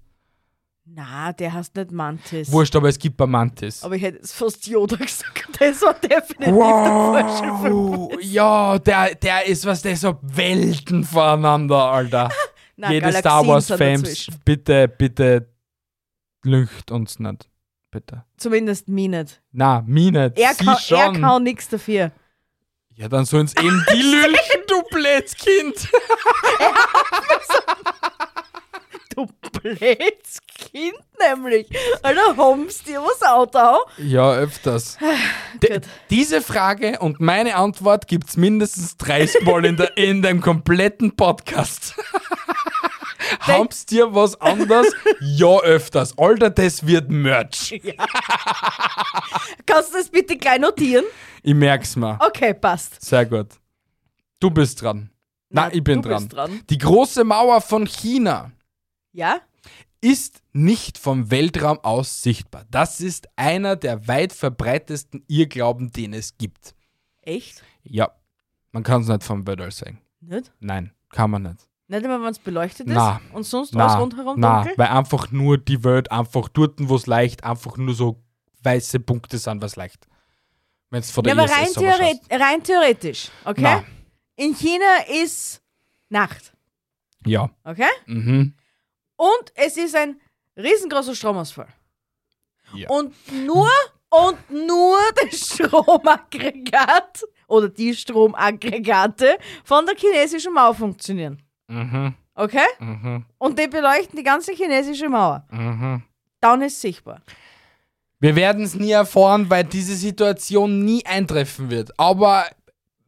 S4: Na, der heißt nicht Mantis.
S3: Wurscht, aber es gibt einen Mantis.
S4: Aber ich hätte jetzt fast Yoda gesagt. (laughs) Das war definitiv der falsche Film.
S3: Wow, ja, der, der ist was, der ist so Welten voneinander, Alter.
S4: (laughs) Nein,
S3: Jede
S4: Galaxien
S3: Star
S4: sind
S3: Wars-Fans,
S4: dazwischen.
S3: bitte, bitte, lücht uns nicht. Bitte.
S4: Zumindest mich nicht.
S3: Na, mir nicht.
S4: Er
S3: Sie
S4: kann,
S3: schon.
S4: er kann nichts dafür. (laughs)
S3: Ja, dann sollen es eben die lülchen, du Blätzkind.
S4: Du blödes Kind nämlich. Alter, haben sie dir was Auto?
S3: Ja,
S4: (sighs)
S3: öfters. D-
S4: Gut.
S3: diese Frage und meine Antwort gibt's mindestens 30 Mal in, der, in dem kompletten Podcast. (laughs) Hab's dir was anders? Ja, öfters. Alter, das wird
S4: (laughs)
S3: Merch.
S4: Kannst du das bitte gleich notieren?
S3: Ich merk's mal.
S4: Okay, passt.
S3: Sehr gut. Du bist dran. Na,
S4: Na,
S3: ich bin
S4: du
S3: dran.
S4: bist dran.
S3: Die große Mauer von China
S4: Ja?
S3: ist nicht vom Weltraum aus sichtbar. Das ist einer der weit verbreitesten Irrglauben, den es gibt.
S4: Echt?
S3: Ja, man kann es nicht vom Weltall sehen.
S4: Nicht?
S3: Nein, kann man nicht.
S4: Nicht einmal, wenn es beleuchtet ist?
S3: Na.
S4: Und sonst alles
S3: Na,
S4: rundherum
S3: na,
S4: dunkel?
S3: weil einfach nur die Welt, einfach dort, wo es leicht, einfach nur so weiße Punkte sind, was leicht. Wenn es von
S4: Ja,
S3: der
S4: aber
S3: ISS
S4: rein,
S3: sowas
S4: theoret
S3: schaust.
S4: rein theoretisch, okay?
S3: Na.
S4: In China ist Nacht,
S3: Ja.
S4: okay?
S3: Mhm.
S4: Und es ist ein riesengroßer Stromausfall.
S3: Ja.
S4: Und nur und nur (laughs) das Stromaggregat oder die Stromaggregate von der chinesischen Mauer funktionieren.
S3: Mhm.
S4: Okay?
S3: Mhm.
S4: Und die beleuchten die ganze chinesische Mauer.
S3: Mhm.
S4: Dann ist sichtbar.
S3: Wir werden es nie erfahren, weil diese Situation nie eintreffen wird. Aber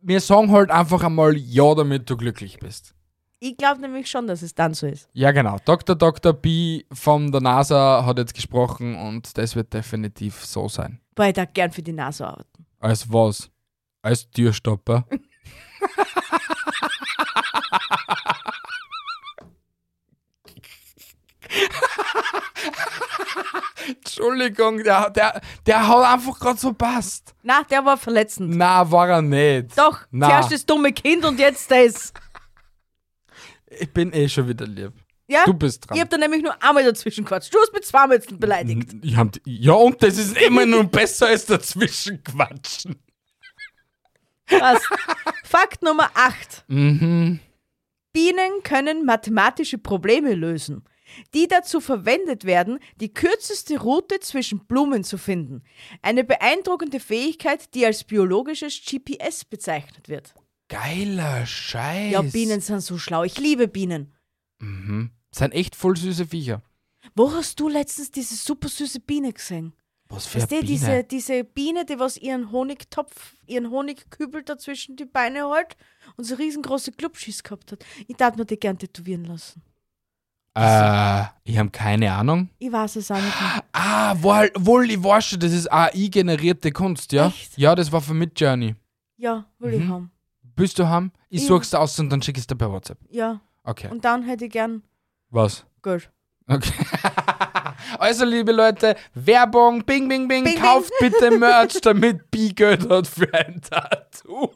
S3: wir sagen halt einfach einmal ja, damit du glücklich bist.
S4: Ich glaube nämlich schon, dass es dann so ist.
S3: Ja, genau. Dr. Dr. B von der NASA hat jetzt gesprochen und das wird definitiv so sein.
S4: Weil ich da gern für die Nase arbeiten.
S3: Als was? Als Türstopper? (laughs) Entschuldigung, der, der, der hat einfach gerade so passt.
S4: Na, der war verletzend.
S3: Na, war er nicht.
S4: Doch,
S3: Na,
S4: zuerst das dumme Kind und jetzt das.
S3: ich bin eh schon wieder lieb.
S4: Ja?
S3: Du bist dran.
S4: Ich hab da nämlich nur einmal dazwischen quatscht. Du hast mich zweimal jetzt beleidigt.
S3: Ich hab, ja, und das ist immer nur besser als dazwischen quatschen.
S4: Passt. Fakt Nummer 8.
S3: Mhm.
S4: Bienen können mathematische Probleme lösen, die dazu verwendet werden, die kürzeste Route zwischen Blumen zu finden. Eine beeindruckende Fähigkeit, die als biologisches GPS bezeichnet wird.
S3: Geiler Scheiß.
S4: Ja, Bienen sind so schlau. Ich liebe Bienen.
S3: Sind echt voll süße Viecher.
S4: Wo hast du letztens diese super süße Biene gesehen?
S3: Was für
S4: Weißt
S3: eine
S4: du,
S3: Biene?
S4: diese, diese Biene, die was ihren Honigtopf, ihren Honigkübel dazwischen die Beine hält und so riesengroße Klubschis gehabt hat. Ich darf mir die gern tätowieren lassen.
S3: äh, ich habe keine Ahnung.
S4: Ich weiß es auch
S3: (gasps)
S4: nicht. Mehr.
S3: Ah, wohl, wohl ich weiß schon, das ist AI-generierte Kunst, ja?
S4: Echt?
S3: Ja, das war von Midjourney.
S4: Ja, will
S3: Mhm.
S4: ich haben.
S3: Bist du haben? Ich
S4: Ja.
S3: such's aus und dann schick ich's dir per WhatsApp.
S4: Ja,
S3: Okay.
S4: und dann hätte ich gern
S3: Was?
S4: Geld.
S3: Okay. (laughs) Also, liebe Leute, Werbung, bing, bing, bing,
S4: Bing,
S3: kauft bitte Merch, damit Bi Geld hat für ein Tattoo.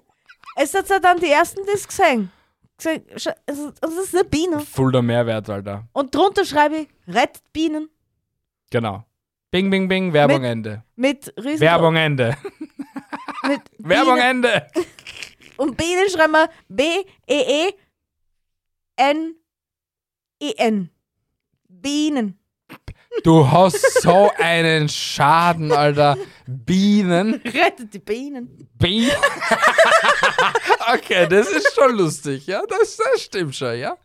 S4: Es hat ja dann die ersten das gesehen. gesagt, scha- es ist- es ist eine Biene.
S3: Voll der Mehrwert, Alter.
S4: Und drunter schreibe ich, rettet Bienen
S3: Genau. Bing, bing, bing, Werbung
S4: Mit-
S3: Ende.
S4: mit riesen
S3: Werbung Ende.
S4: Mit
S3: (laughs) Werbung
S4: Bienen.
S3: Ende.
S4: Und Bienen schreiben wir B-E-E-N-E-N. Bienen.
S3: Du hast so einen Schaden, Alter. Bienen.
S4: Rettet die Bienen.
S3: Bienen. (laughs) okay, das ist schon lustig, ja. Das, das stimmt schon, ja.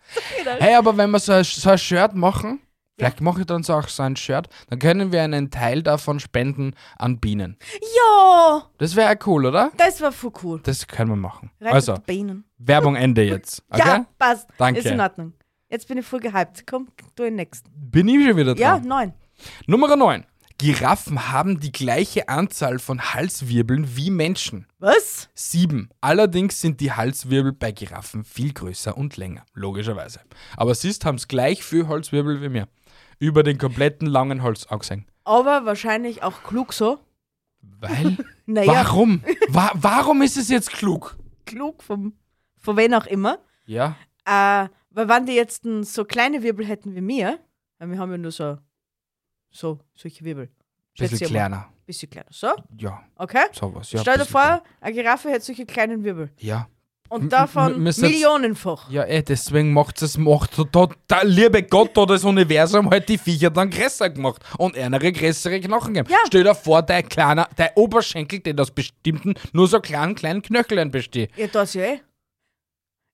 S3: Hey, aber wenn wir so ein, so ein Shirt machen, vielleicht mache ich dann so auch so ein Shirt, dann können wir einen Teil davon spenden an Bienen.
S4: Ja,
S3: Das wäre ja cool, oder?
S4: das war voll cool.
S3: Das können wir machen.
S4: Rettet
S3: Also,
S4: die Bienen.
S3: Werbung Ende jetzt. Okay?
S4: (laughs) Ja, passt.
S3: Danke.
S4: Ist in Ordnung. Jetzt bin ich voll gehypt. Komm, du den nächsten.
S3: Bin ich schon wieder dran.
S4: Ja, neun.
S3: Nummer 9. Giraffen haben die gleiche Anzahl von Halswirbeln wie Menschen.
S4: Was?
S3: Sieben. Allerdings sind die Halswirbel bei Giraffen viel größer und länger, logischerweise. Aber Sist haben gleich viel Halswirbel wie mir. Über den kompletten langen Hals angesehen.
S4: Aber wahrscheinlich auch klug so. (laughs)
S3: Weil?
S4: Naja,
S3: Warum? Wa warum ist es jetzt klug?
S4: klug vom, von wen auch immer.
S3: Ja.
S4: Äh, weil wenn die jetzt n so kleine Wirbel hätten wie mir, weil wir haben ja nur so, so solche Wirbel. Schätze
S3: Bisschen
S4: ich mal.
S3: kleiner.
S4: Bisschen kleiner. So,
S3: Ja,
S4: okay.
S3: sowas. Ja,
S4: Stell dir
S3: bisschen
S4: vor,
S3: kleiner.
S4: eine Giraffe hätte solche kleinen Wirbel.
S3: Ja. M-
S4: Und davon
S3: m- müsst jetzt-
S4: millionenfach.
S3: Ja, eh, deswegen macht es, macht da, da, liebe Gott, da das Universum hat die Viecher dann größer gemacht und einere größere Knochen gegeben.
S4: Ja.
S3: Stell dir vor, dein kleiner, dein Oberschenkel, den aus bestimmten, nur so kleinen, kleinen Knöcheln besteht.
S4: Ja, das ja eh.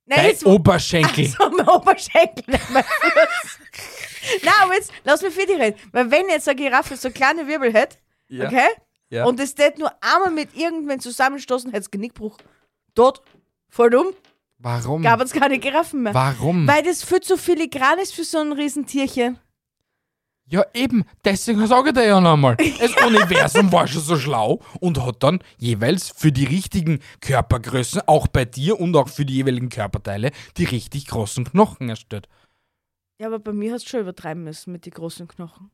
S4: Nein,
S3: Dein
S4: jetzt,
S3: Oberschenkel.
S4: (laughs) So, mein Oberschenkel, nicht mein Fuß. (laughs) Nein, aber jetzt lass mich fertig reden. Weil wenn jetzt eine Giraffe so kleine Wirbel hätte,
S3: Ja.
S4: okay?
S3: Ja.
S4: Und es tät nur einmal mit irgendwen zusammenstoßen, hätte es Genickbruch. Tot. Voll dumm.
S3: Warum?
S4: Gab es keine Giraffen mehr.
S3: Hm. Warum?
S4: Weil das viel zu filigran ist für so ein Riesentierchen.
S3: ja, eben, deswegen sage ich dir (laughs) ja nochmal. Das Universum war schon so schlau und hat dann jeweils für die richtigen Körpergrößen, auch bei dir und auch für die jeweiligen Körperteile, die richtig großen Knochen erstellt.
S4: Ja, aber bei mir hast du schon übertreiben müssen mit den großen Knochen.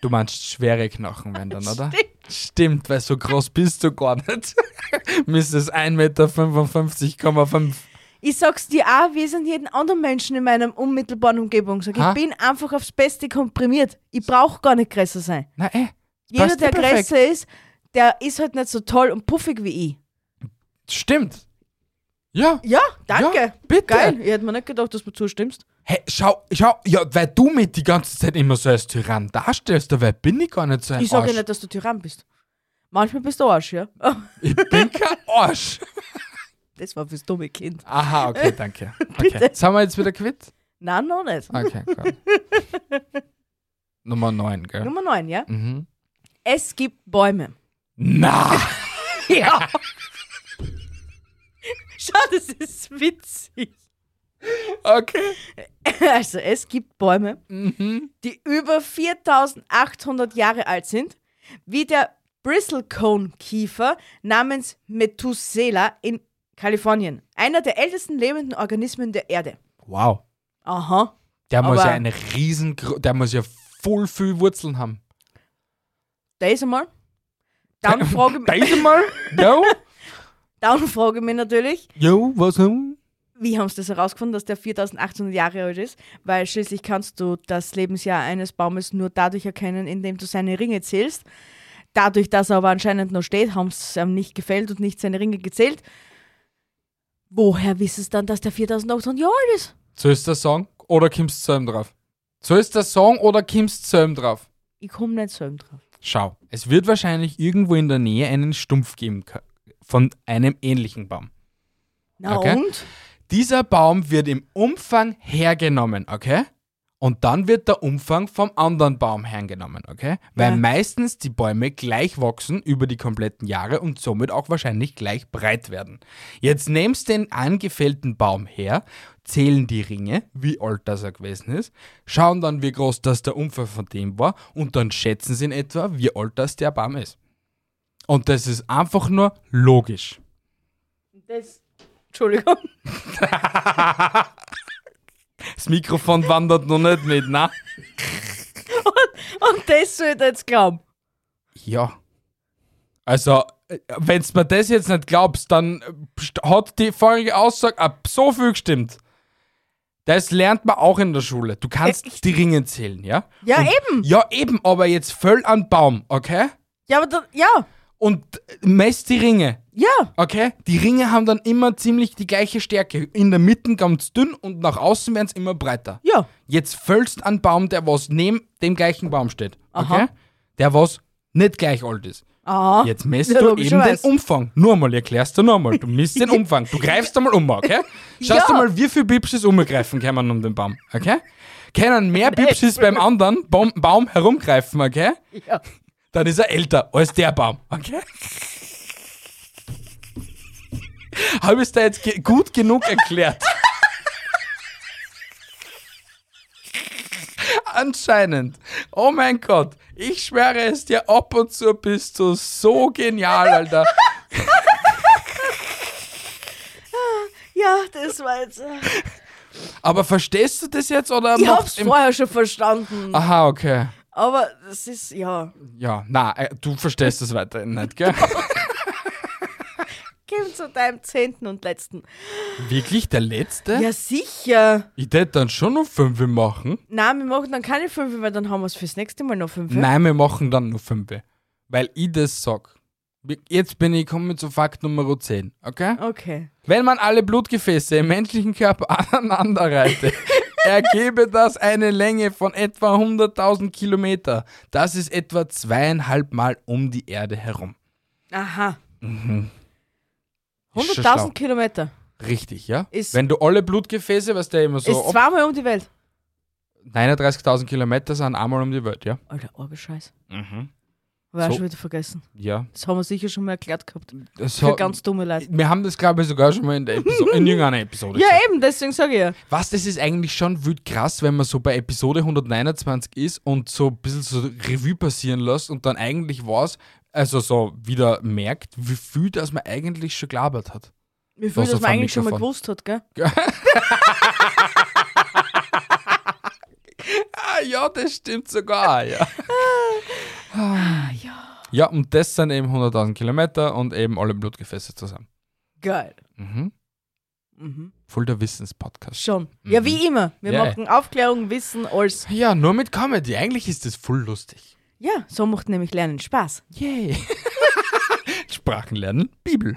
S3: Du meinst schwere Knochen, wenn dann, oder? Stimmt. Stimmt, weil so groß bist du gar nicht. (laughs) Müsstest 1,55,5 Meter.
S4: Ich sag's dir auch, wir sind jeden anderen Menschen in meiner unmittelbaren Umgebung. Sag,
S3: Ha?
S4: ich bin einfach aufs Beste komprimiert. Ich brauch gar nicht größer sein.
S3: Na eh.
S4: Jeder,
S3: passt
S4: der
S3: eh perfekt.
S4: größer ist, der ist halt nicht so toll und puffig wie ich.
S3: Stimmt. Ja.
S4: Ja, danke.
S3: Ja, bitte.
S4: Geil. Ich hätte mir nicht gedacht, dass du zustimmst.
S3: Hey, schau, schau, ja, weil du mich die ganze Zeit immer so als Tyrann darstellst, dabei bin ich gar nicht so ein
S4: Ich sage
S3: Arsch.
S4: ja nicht, dass du Tyrann bist. Manchmal bist du Arsch, ja. (laughs)
S3: Ich bin kein Arsch.
S4: Das war fürs dumme Kind.
S3: Aha, okay,
S4: (laughs)
S3: danke. Okay. Sind wir jetzt wieder quitt?
S4: Nein, noch nicht.
S3: Okay, klar. Nummer 9, gell?
S4: Nummer 9, ja?
S3: Mhm.
S4: Es gibt Bäume.
S3: Na! (laughs) ja!
S4: (laughs) Schau, das ist witzig.
S3: Okay.
S4: (laughs)
S3: Mhm.
S4: Also, es gibt Bäume, die über 4800 Jahre alt sind, wie der Bristlecone-Kiefer namens Methuselah in Kalifornien. Einer der ältesten lebenden Organismen der Erde.
S3: Wow.
S4: Aha.
S3: Der muss
S4: Aber-
S3: ja eine riesen, der muss ja voll viel Wurzeln haben.
S4: Da ist einmal. Dann frage, ich-
S3: Beide mal? Jo?
S4: (laughs) dann frage ich mich natürlich,
S3: Jo, was haben?
S4: wie haben sie das herausgefunden, dass der 4800 Jahre alt ist? Weil schließlich kannst du das Lebensjahr eines Baumes nur dadurch erkennen, indem du seine Ringe zählst. Dadurch, dass er aber anscheinend noch steht, haben sie ihm nicht gefällt und nicht seine Ringe gezählt. Woher wissen sie dann, dass der 4800 Jahre alt ist?
S3: Sollst du das sagen oder kommst du selber drauf? Sollst du das sagen oder kommst du selber drauf?
S4: Ich komme nicht selber drauf.
S3: Schau, es wird wahrscheinlich irgendwo in der Nähe einen Stumpf geben ka- von einem ähnlichen Baum.
S4: Na
S3: Okay.
S4: und?
S3: Dieser Baum wird im Umfang hergenommen, okay? Und dann wird der Umfang vom anderen Baum hergenommen, okay? Weil
S4: Ja.
S3: meistens die Bäume gleich wachsen über die kompletten Jahre und somit auch wahrscheinlich gleich breit werden. Jetzt nimmst den angefällten Baum her, zählen die Ringe, wie alt das er gewesen ist, schauen dann, wie groß das der Umfang von dem war und dann schätzen sie in etwa, wie alt das der Baum ist. Und das ist einfach nur logisch.
S4: Das, Entschuldigung. (laughs)
S3: Das Mikrofon wandert noch nicht mit, ne?
S4: Und das soll ich jetzt glauben.
S3: Ja. Also, wenn du mir das jetzt nicht glaubst, dann äh, st- hat die vorige Aussage ab so viel gestimmt. Das lernt man auch in der Schule. Du kannst die Ringe zählen, ja?
S4: Äh, Ja,
S3: Und-
S4: eben.
S3: Ja, eben, aber jetzt voll an Baum, okay?
S4: Ja, aber da, ja,
S3: Und äh, messt die Ringe,
S4: ja.
S3: okay? Die Ringe haben dann immer ziemlich die gleiche Stärke. In der Mitte ganz dünn und nach außen werden sie immer breiter.
S4: Ja,
S3: Jetzt fällst an Baum, der was neben dem gleichen Baum steht, okay?
S4: Aha.
S3: Der was nicht gleich alt ist.
S4: ah.
S3: Jetzt misst
S4: Ja,
S3: du eben den
S4: logischerweise.
S3: Umfang. Nur einmal, erklärst du nur einmal. Du misst den Umfang. Du greifst einmal um,
S4: (laughs)
S3: okay? Schaust
S4: Ja.
S3: du mal, wie viel Bipschis umgreifen kann man um den Baum, okay? Können mehr Bipschis beim anderen Baum, Baum herumgreifen, okay?
S4: Ja.
S3: Dann ist er älter als der Baum, okay? Habe ich es da jetzt ge gut genug erklärt? Anscheinend. Oh mein Gott. Ich schwöre es dir, ab und zu bist du so genial, Alter.
S4: Ja, das war jetzt. äh,
S3: Aber verstehst du das jetzt oder
S4: Ich
S3: machst
S4: hab's
S3: im-
S4: vorher schon verstanden.
S3: Aha, okay.
S4: Aber das ist, ja.
S3: Ja, na, äh, du verstehst es weiterhin nicht, gell?
S4: Gehen zu deinem zehnten und letzten.
S3: (laughs) Wirklich der letzte?
S4: Ja, sicher.
S3: Ich hätte dann schon noch fünf machen.
S4: Nein, wir machen dann keine fünf, weil dann haben wir es fürs nächste Mal noch fünf.
S3: Nein, wir machen dann nur fünf. Weil ich das sag. Wir- Jetzt bin ich komme zu Fakt Nummer 10, okay?
S4: Okay.
S3: Wenn man alle Blutgefäße im menschlichen Körper (laughs)
S4: (laughs)
S3: aneinanderreitet, ergebe das eine Länge von etwa 100.000 Kilometer. Das ist etwa zweieinhalb Mal um die Erde herum.
S4: Aha.
S3: Ist schon
S4: 100.000
S3: Mhm. schlau.
S4: Kilometer.
S3: Richtig, ja?
S4: Ist-
S3: Wenn du alle Blutgefäße, was der immer
S4: Ist
S3: so ob-
S4: zweimal um die Welt.
S3: 39.000 Kilometer sind einmal um die Welt, ja?
S4: Alter, Orgelscheiß. Mhm. War
S3: So.
S4: schon wieder vergessen.
S3: Ja.
S4: Das haben wir sicher schon mal erklärt gehabt.
S3: Das
S4: Für
S3: hat-
S4: ganz dumme Leute.
S3: wir haben das, glaube ich, sogar schon mal in, der Episode, in irgendeiner (laughs) Episode
S4: Ja,
S3: gesagt.
S4: eben, deswegen sage ich ja.
S3: Was, das ist eigentlich schon wild krass, wenn man so bei Episode 129 ist und so ein bisschen so Revue passieren lässt und dann eigentlich was, also so wieder merkt, wie viel das man eigentlich schon gelabert hat.
S4: Wie viel
S3: Was
S4: das
S3: auf
S4: man
S3: einem
S4: eigentlich schon mal
S3: Mikrofon?
S4: gewusst hat, gell?
S3: Ah ja, das stimmt (laughs) sogar, Ah, ja. Ah, Ja, und das sind eben 100.000 Kilometer und eben alle Blutgefäße zusammen.
S4: Geil.
S3: Mhm.
S4: Mhm.
S3: Voll der Wissenspodcast.
S4: Schon. Ja, wie immer. Wir
S3: Mhm. Ja.
S4: machen Aufklärung, Wissen, alles.
S3: Ja, nur mit Comedy. Eigentlich ist das voll lustig.
S4: Ja, so macht nämlich Lernen Spaß.
S3: Yay. (laughs) Sprachen lernen, Bibel.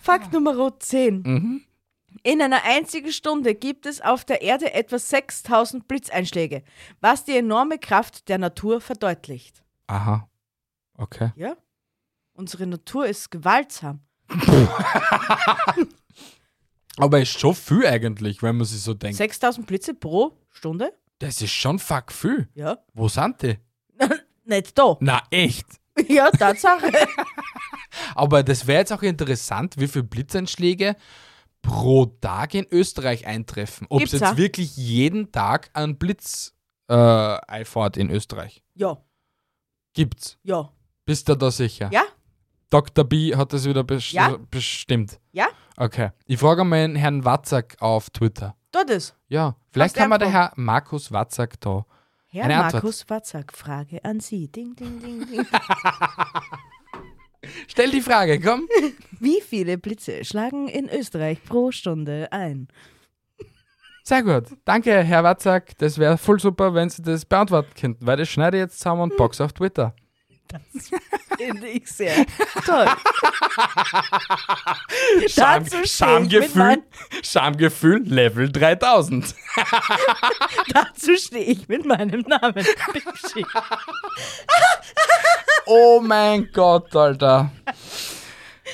S4: Fakt Nummer 10.
S3: Mhm.
S4: In einer einzigen Stunde gibt es auf der Erde etwa 6000 Blitzeinschläge, was die enorme Kraft der Natur verdeutlicht.
S3: Aha. Okay.
S4: Ja? Unsere Natur ist gewaltsam.
S3: Aber ist schon viel eigentlich, wenn man sich so denkt.
S4: 6000 Blitze pro Stunde?
S3: Das ist schon fuck viel.
S4: Ja.
S3: Wo sind die?
S4: Nicht da. (laughs)
S3: Na, echt.
S4: Ja, Tatsache. (laughs)
S3: Aber das wäre jetzt auch interessant, wie viele Blitzeinschläge pro Tag in Österreich eintreffen. Ob es
S4: Gibt's
S3: jetzt
S4: ja.
S3: wirklich jeden Tag einen Blitz äh, Einfahrt in Österreich
S4: ja,
S3: gibt.
S4: ja.
S3: Bist du da sicher?
S4: Ja?
S3: Dr. B hat das wieder best
S4: Ja.
S3: bestimmt.
S4: Ja?
S3: Okay. Ich frage mal den Herrn Watzak auf Twitter.
S4: Dort ist.
S3: Ja, vielleicht
S4: der
S3: kann man der
S4: Antwort?
S3: Herr Markus Watzak da.
S4: Herr
S3: Eine Antwort.
S4: Markus Watzak, Frage an Sie. Ding, ding, ding, ding.
S3: Stell die Frage, komm.
S4: Wie viele Blitze schlagen in Österreich pro Stunde ein?
S3: Sehr gut. Danke, Herr Watzak. Das wäre voll super, wenn Sie das beantworten könnten, weil das schneide ich jetzt zusammen und box auf Twitter.
S4: Finde ich sehr toll.
S3: (laughs)
S4: Dazu stehe ich mit
S3: Schamgefühl,
S4: mein-
S3: Schamgefühl Level
S4: (laughs)
S3: 3000.
S4: Dazu stehe ich mit meinem Namen. (laughs) Bipschi.
S3: Oh mein Gott, Alter.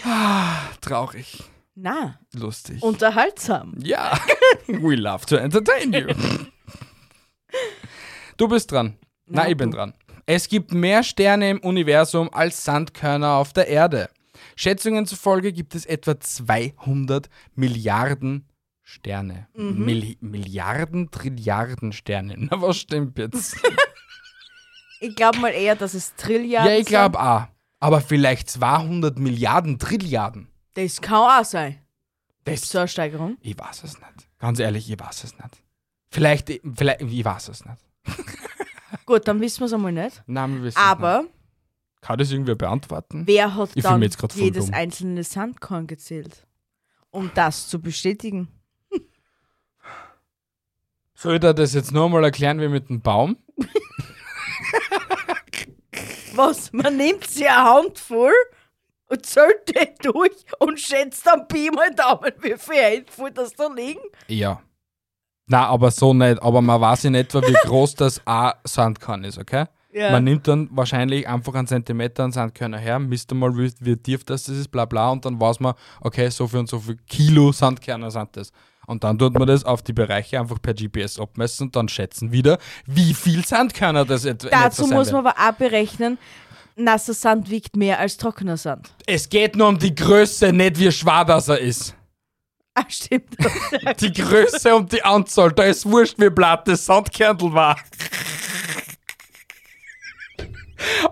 S3: Ah, Traurig,
S4: Na,
S3: lustig.
S4: unterhaltsam.
S3: ja, (laughs) we love to entertain you. (laughs) Du bist dran. Na, ich bin dran. Es gibt mehr Sterne im Universum als Sandkörner auf der Erde. Schätzungen zufolge gibt es etwa 200 Milliarden Sterne. Milli- Milliarden, Trilliarden Sterne. (laughs) Na, was stimmt jetzt?
S4: Ich glaube mal eher, dass es
S3: (laughs)
S4: Trilliarden
S3: ja, ich glaube auch. Aber vielleicht 200 Milliarden Trilliarden.
S4: sind. Das kann auch sein.
S3: Das,
S4: So eine Steigerung.
S3: ich weiß es nicht. Ganz ehrlich, ich weiß es nicht. Vielleicht, vielleicht ich weiß es nicht.
S4: Gut, dann wissen wir es einmal nicht.
S3: Namen wissen. wir nicht.
S4: Aber
S3: Kann das irgendwer beantworten?
S4: wer hat
S3: Ich fühl
S4: dann
S3: mich jetzt grad voll
S4: jedes
S3: dumm.
S4: einzelne Sandkorn gezählt? Um das zu bestätigen.
S3: Soll ich dir das jetzt nur mal erklären wie mit dem Baum?
S4: Was? Man nimmt sie eine Handvoll und zählt die durch und schätzt dann Pi mal Daumen, wie viel Handvoll das da liegen.
S3: Ja. Na, aber so nicht. Aber man weiß in etwa, wie groß das A Sandkorn ist, okay?
S4: Ja.
S3: Man nimmt dann wahrscheinlich einfach einen Zentimeter an Sandkörner her, misst einmal, wie, wie tief das ist, bla bla, und dann weiß man, okay, so viel und so viel Kilo Sandkörner sind das. Und dann tut man das auf die Bereiche einfach per GPS abmessen und dann schätzen wieder, wie viel Sandkörner das etwa in etwa
S4: Dazu
S3: sein
S4: muss
S3: werden.
S4: man aber auch berechnen, nasser Sand wiegt mehr als trockener Sand.
S3: Es geht nur um die Größe, nicht wie schwer das er ist.
S4: Ah, (laughs) stimmt.
S3: Die Größe und die Anzahl, da ist wurscht, wie blatt das Sandkörnl war.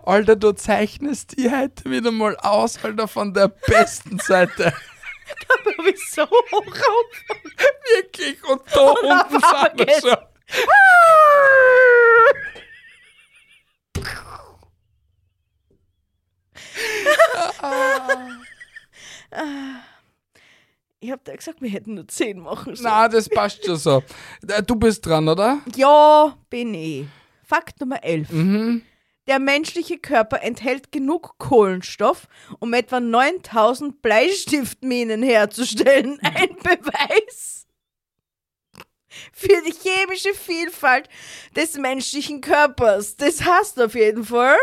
S3: Alter, du zeichnest die heute wieder mal aus, Alter, von der besten Seite.
S4: Wieso hoch
S3: Wirklich, und da unten sind wir
S4: geht's.
S3: schon.
S4: Ich hab da gesagt, wir hätten nur 10 machen sollen.
S3: Na, das passt schon so. Äh, Du bist dran, oder?
S4: Ja, bin ich. Fakt Nummer 11. Der menschliche Körper enthält genug Kohlenstoff, um etwa 9000 Bleistiftminen herzustellen. Ein Beweis für die chemische Vielfalt des menschlichen Körpers. Das hast du auf jeden Fall.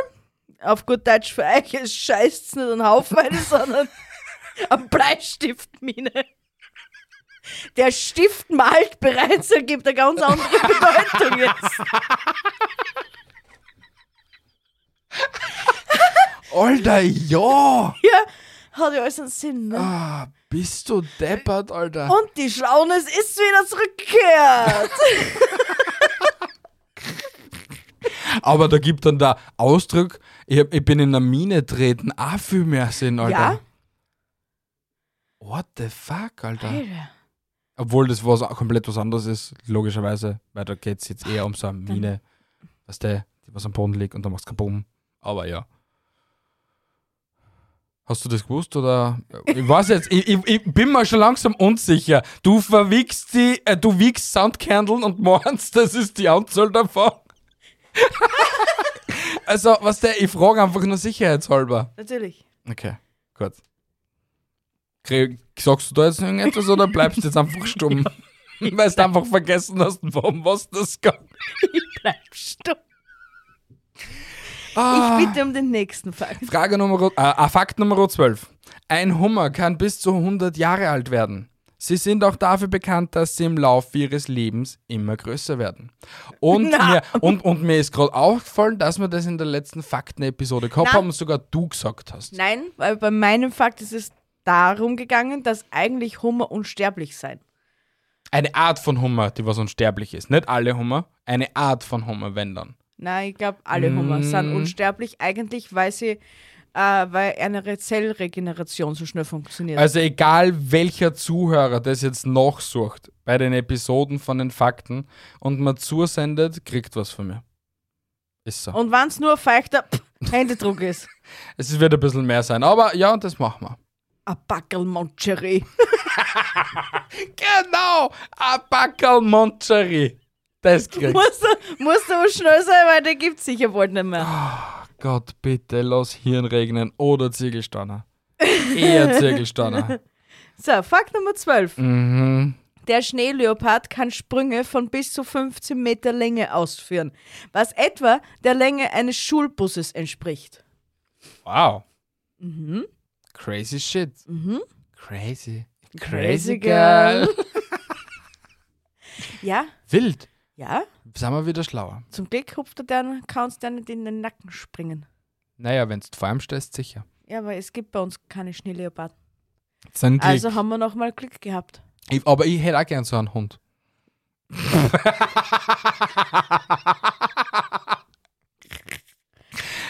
S4: Auf gut Deutsch für euch, es scheißt nicht an Haufweide, (laughs) sondern an Bleistiftmine. Der Stift malt bereits, er gibt eine ganz andere Bedeutung jetzt.
S3: Alter, ja!
S4: Ja, hat ja alles einen Sinn. Ne?
S3: Ah, bist du deppert, Alter.
S4: Und die Schlaunis ist wieder zurückgekehrt.
S3: (laughs) Aber da gibt dann der Ausdruck, ich, hab, ich bin in einer Mine treten, auch viel mehr Sinn, Alter.
S4: Ja.
S3: What the fuck, Alter. Obwohl das was komplett was anderes ist, logischerweise, weil da geht es jetzt eher um so eine Mine, weißt du, die was am Boden liegt und dann machst du kaputt. Aber ja. Hast du das gewusst oder? Ich weiß jetzt, ich, ich, ich bin mir schon langsam unsicher. Du verwickst die, äh, du wiegst Sandkerneln und meinst, das ist die Anzahl davon. (laughs) also, was der, ich frage einfach nur sicherheitshalber.
S4: Natürlich.
S3: Okay, gut. Krieg, sagst du da jetzt noch irgendetwas oder bleibst jetzt einfach stumm? Weil du einfach vergessen hast, warum was das gab.
S4: Bleib stumm.
S3: Ah.
S4: Ich bitte um den nächsten Fakt.
S3: Frage Nummer, äh, äh, Fakt Nummer 12. Ein Hummer kann bis zu 100 Jahre alt werden. Sie sind auch dafür bekannt, dass sie im Laufe ihres Lebens immer größer werden. Und,
S4: Na.
S3: mir, und, und mir ist gerade aufgefallen, dass wir das in der letzten Fakten-Episode gehabt
S4: Na.
S3: haben und sogar du gesagt hast.
S4: Nein, weil bei meinem Fakt ist es darum gegangen, dass eigentlich Hummer unsterblich sein.
S3: Eine Art von Hummer, die was unsterblich ist. Nicht alle Hummer, eine Art von Hummer, wenn dann.
S4: Nein, ich glaube, alle
S3: Mhm.
S4: Hummer sind unsterblich, eigentlich, weil sie, äh, weil eine Zellregeneration so schnell funktioniert.
S3: Also egal welcher Zuhörer das jetzt nachsucht bei den Episoden von den Fakten und man zusendet, kriegt was von mir. Ist so.
S4: Und wenn es nur ein feuchter pff, Händedruck ist.
S3: Es wird ein bisschen mehr sein, aber ja, das machen wir.
S4: Ein Backel Moncherie.
S3: Genau! Ein Backel Moncherie. Das kriegst du.
S4: Musst du, musst du aber schnell sein, weil der gibt sicher bald nicht mehr.
S3: Gott, bitte, lass Hirn regnen oder Ziegelsteiner.
S4: (laughs)
S3: Eher Ziegelsteiner.
S4: So, Fakt Nummer 12.
S3: Mhm.
S4: Der Schneeleopard kann Sprünge von bis zu 15 Meter Länge ausführen, was etwa der Länge eines Schulbusses entspricht.
S3: Wow.
S4: Mhm.
S3: Crazy shit. Crazy.
S4: Crazy girl. Ja,
S3: Wild.
S4: ja.
S3: Sind wir wieder schlauer.
S4: Zum Glück hupft er dann, kannst du nicht in den Nacken springen.
S3: Naja, wenn du vor allem stehst, sicher.
S4: Ja, aber es gibt bei uns keine Schneeleoparden.
S3: Sein Glück.
S4: Also haben wir nochmal Glück gehabt.
S3: ich, aber ich hätte auch gern so einen Hund. (laughs)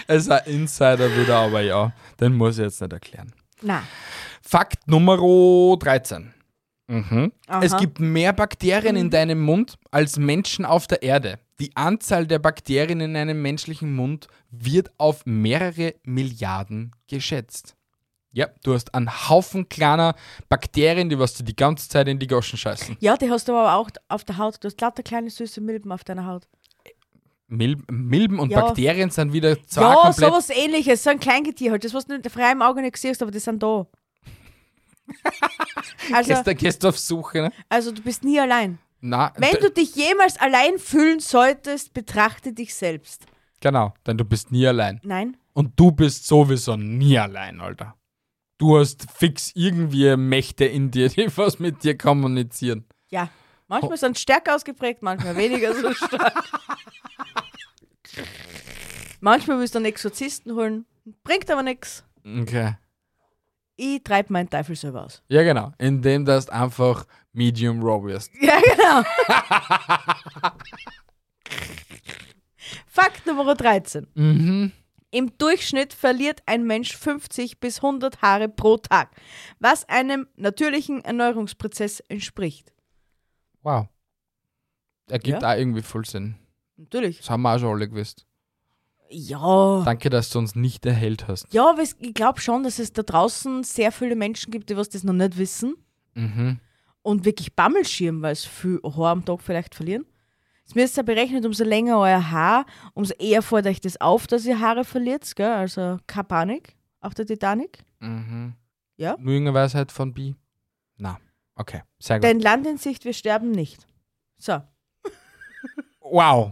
S3: es ist Also ein Insider wieder, aber ja, den muss ich jetzt nicht erklären.
S4: Na,
S3: Fakt Nummer 13. Mhm.
S4: Aha. Mhm.
S3: Es gibt mehr Bakterien in deinem Mund als Menschen auf der Erde. Die Anzahl der Bakterien in einem menschlichen Mund wird auf mehrere Milliarden geschätzt. Ja, du hast einen Haufen kleiner Bakterien, die was du die ganze Zeit in die Goschen scheißen.
S4: Ja, die hast du aber auch auf der Haut. Du hast lauter kleine süße Milben auf deiner Haut.
S3: Milben, Milben und
S4: Ja.
S3: Bakterien sind wieder zwei
S4: ja,
S3: komplett.
S4: sowas ähnliches. So ein Kleingetier halt. Das, was du mit freiem Auge nicht siehst, aber die sind da.
S3: (laughs)
S4: also,
S3: Gehst, du- gehst du auf Suche, ne?
S4: also du bist nie allein.
S3: Na,
S4: Wenn
S3: d-
S4: du dich jemals allein fühlen solltest, betrachte dich selbst.
S3: genau, denn du bist nie allein.
S4: Nein?
S3: Und du bist sowieso nie allein, Alter. Du hast fix irgendwie Mächte in dir, die (laughs) was mit dir kommunizieren.
S4: Ja.
S3: Oh.
S4: Manchmal sind sie stärker ausgeprägt, manchmal
S3: (laughs)
S4: weniger so stark. manchmal willst du einen Exorzisten holen, bringt aber nichts.
S3: Okay.
S4: Ich treibe meinen Teufel selber aus.
S3: Ja, genau. Indem das einfach Medium Raw wirst.
S4: Ja, genau. (laughs) Fakt Nummer 13. Mhm. Im Durchschnitt verliert ein Mensch 50 bis 100 Haare pro Tag, was einem natürlichen Erneuerungsprozess entspricht.
S3: Wow. Ergibt
S4: Ja.
S3: auch irgendwie voll Sinn.
S4: Natürlich.
S3: Das haben wir auch schon alle gewusst.
S4: Ja.
S3: Danke, dass du uns nicht erhellt hast.
S4: Ja, aber es- ich glaube schon, dass es da draußen sehr viele Menschen gibt, die was das noch nicht wissen
S3: Mhm.
S4: und wirklich Bammelschieren, weil es viel Haar am Tag vielleicht verlieren. Es wird ja berechnet, umso länger euer Haar, umso eher fällt euch das auf, dass ihr Haare verliert. Gell? Also keine Panik auf der Titanic.
S3: Mhm.
S4: Ja.
S3: Nur irgendeine Weisheit von Bi? Na. Okay. Sehr gut.
S4: Dein Land in Sicht, wir sterben nicht. So,
S3: wow.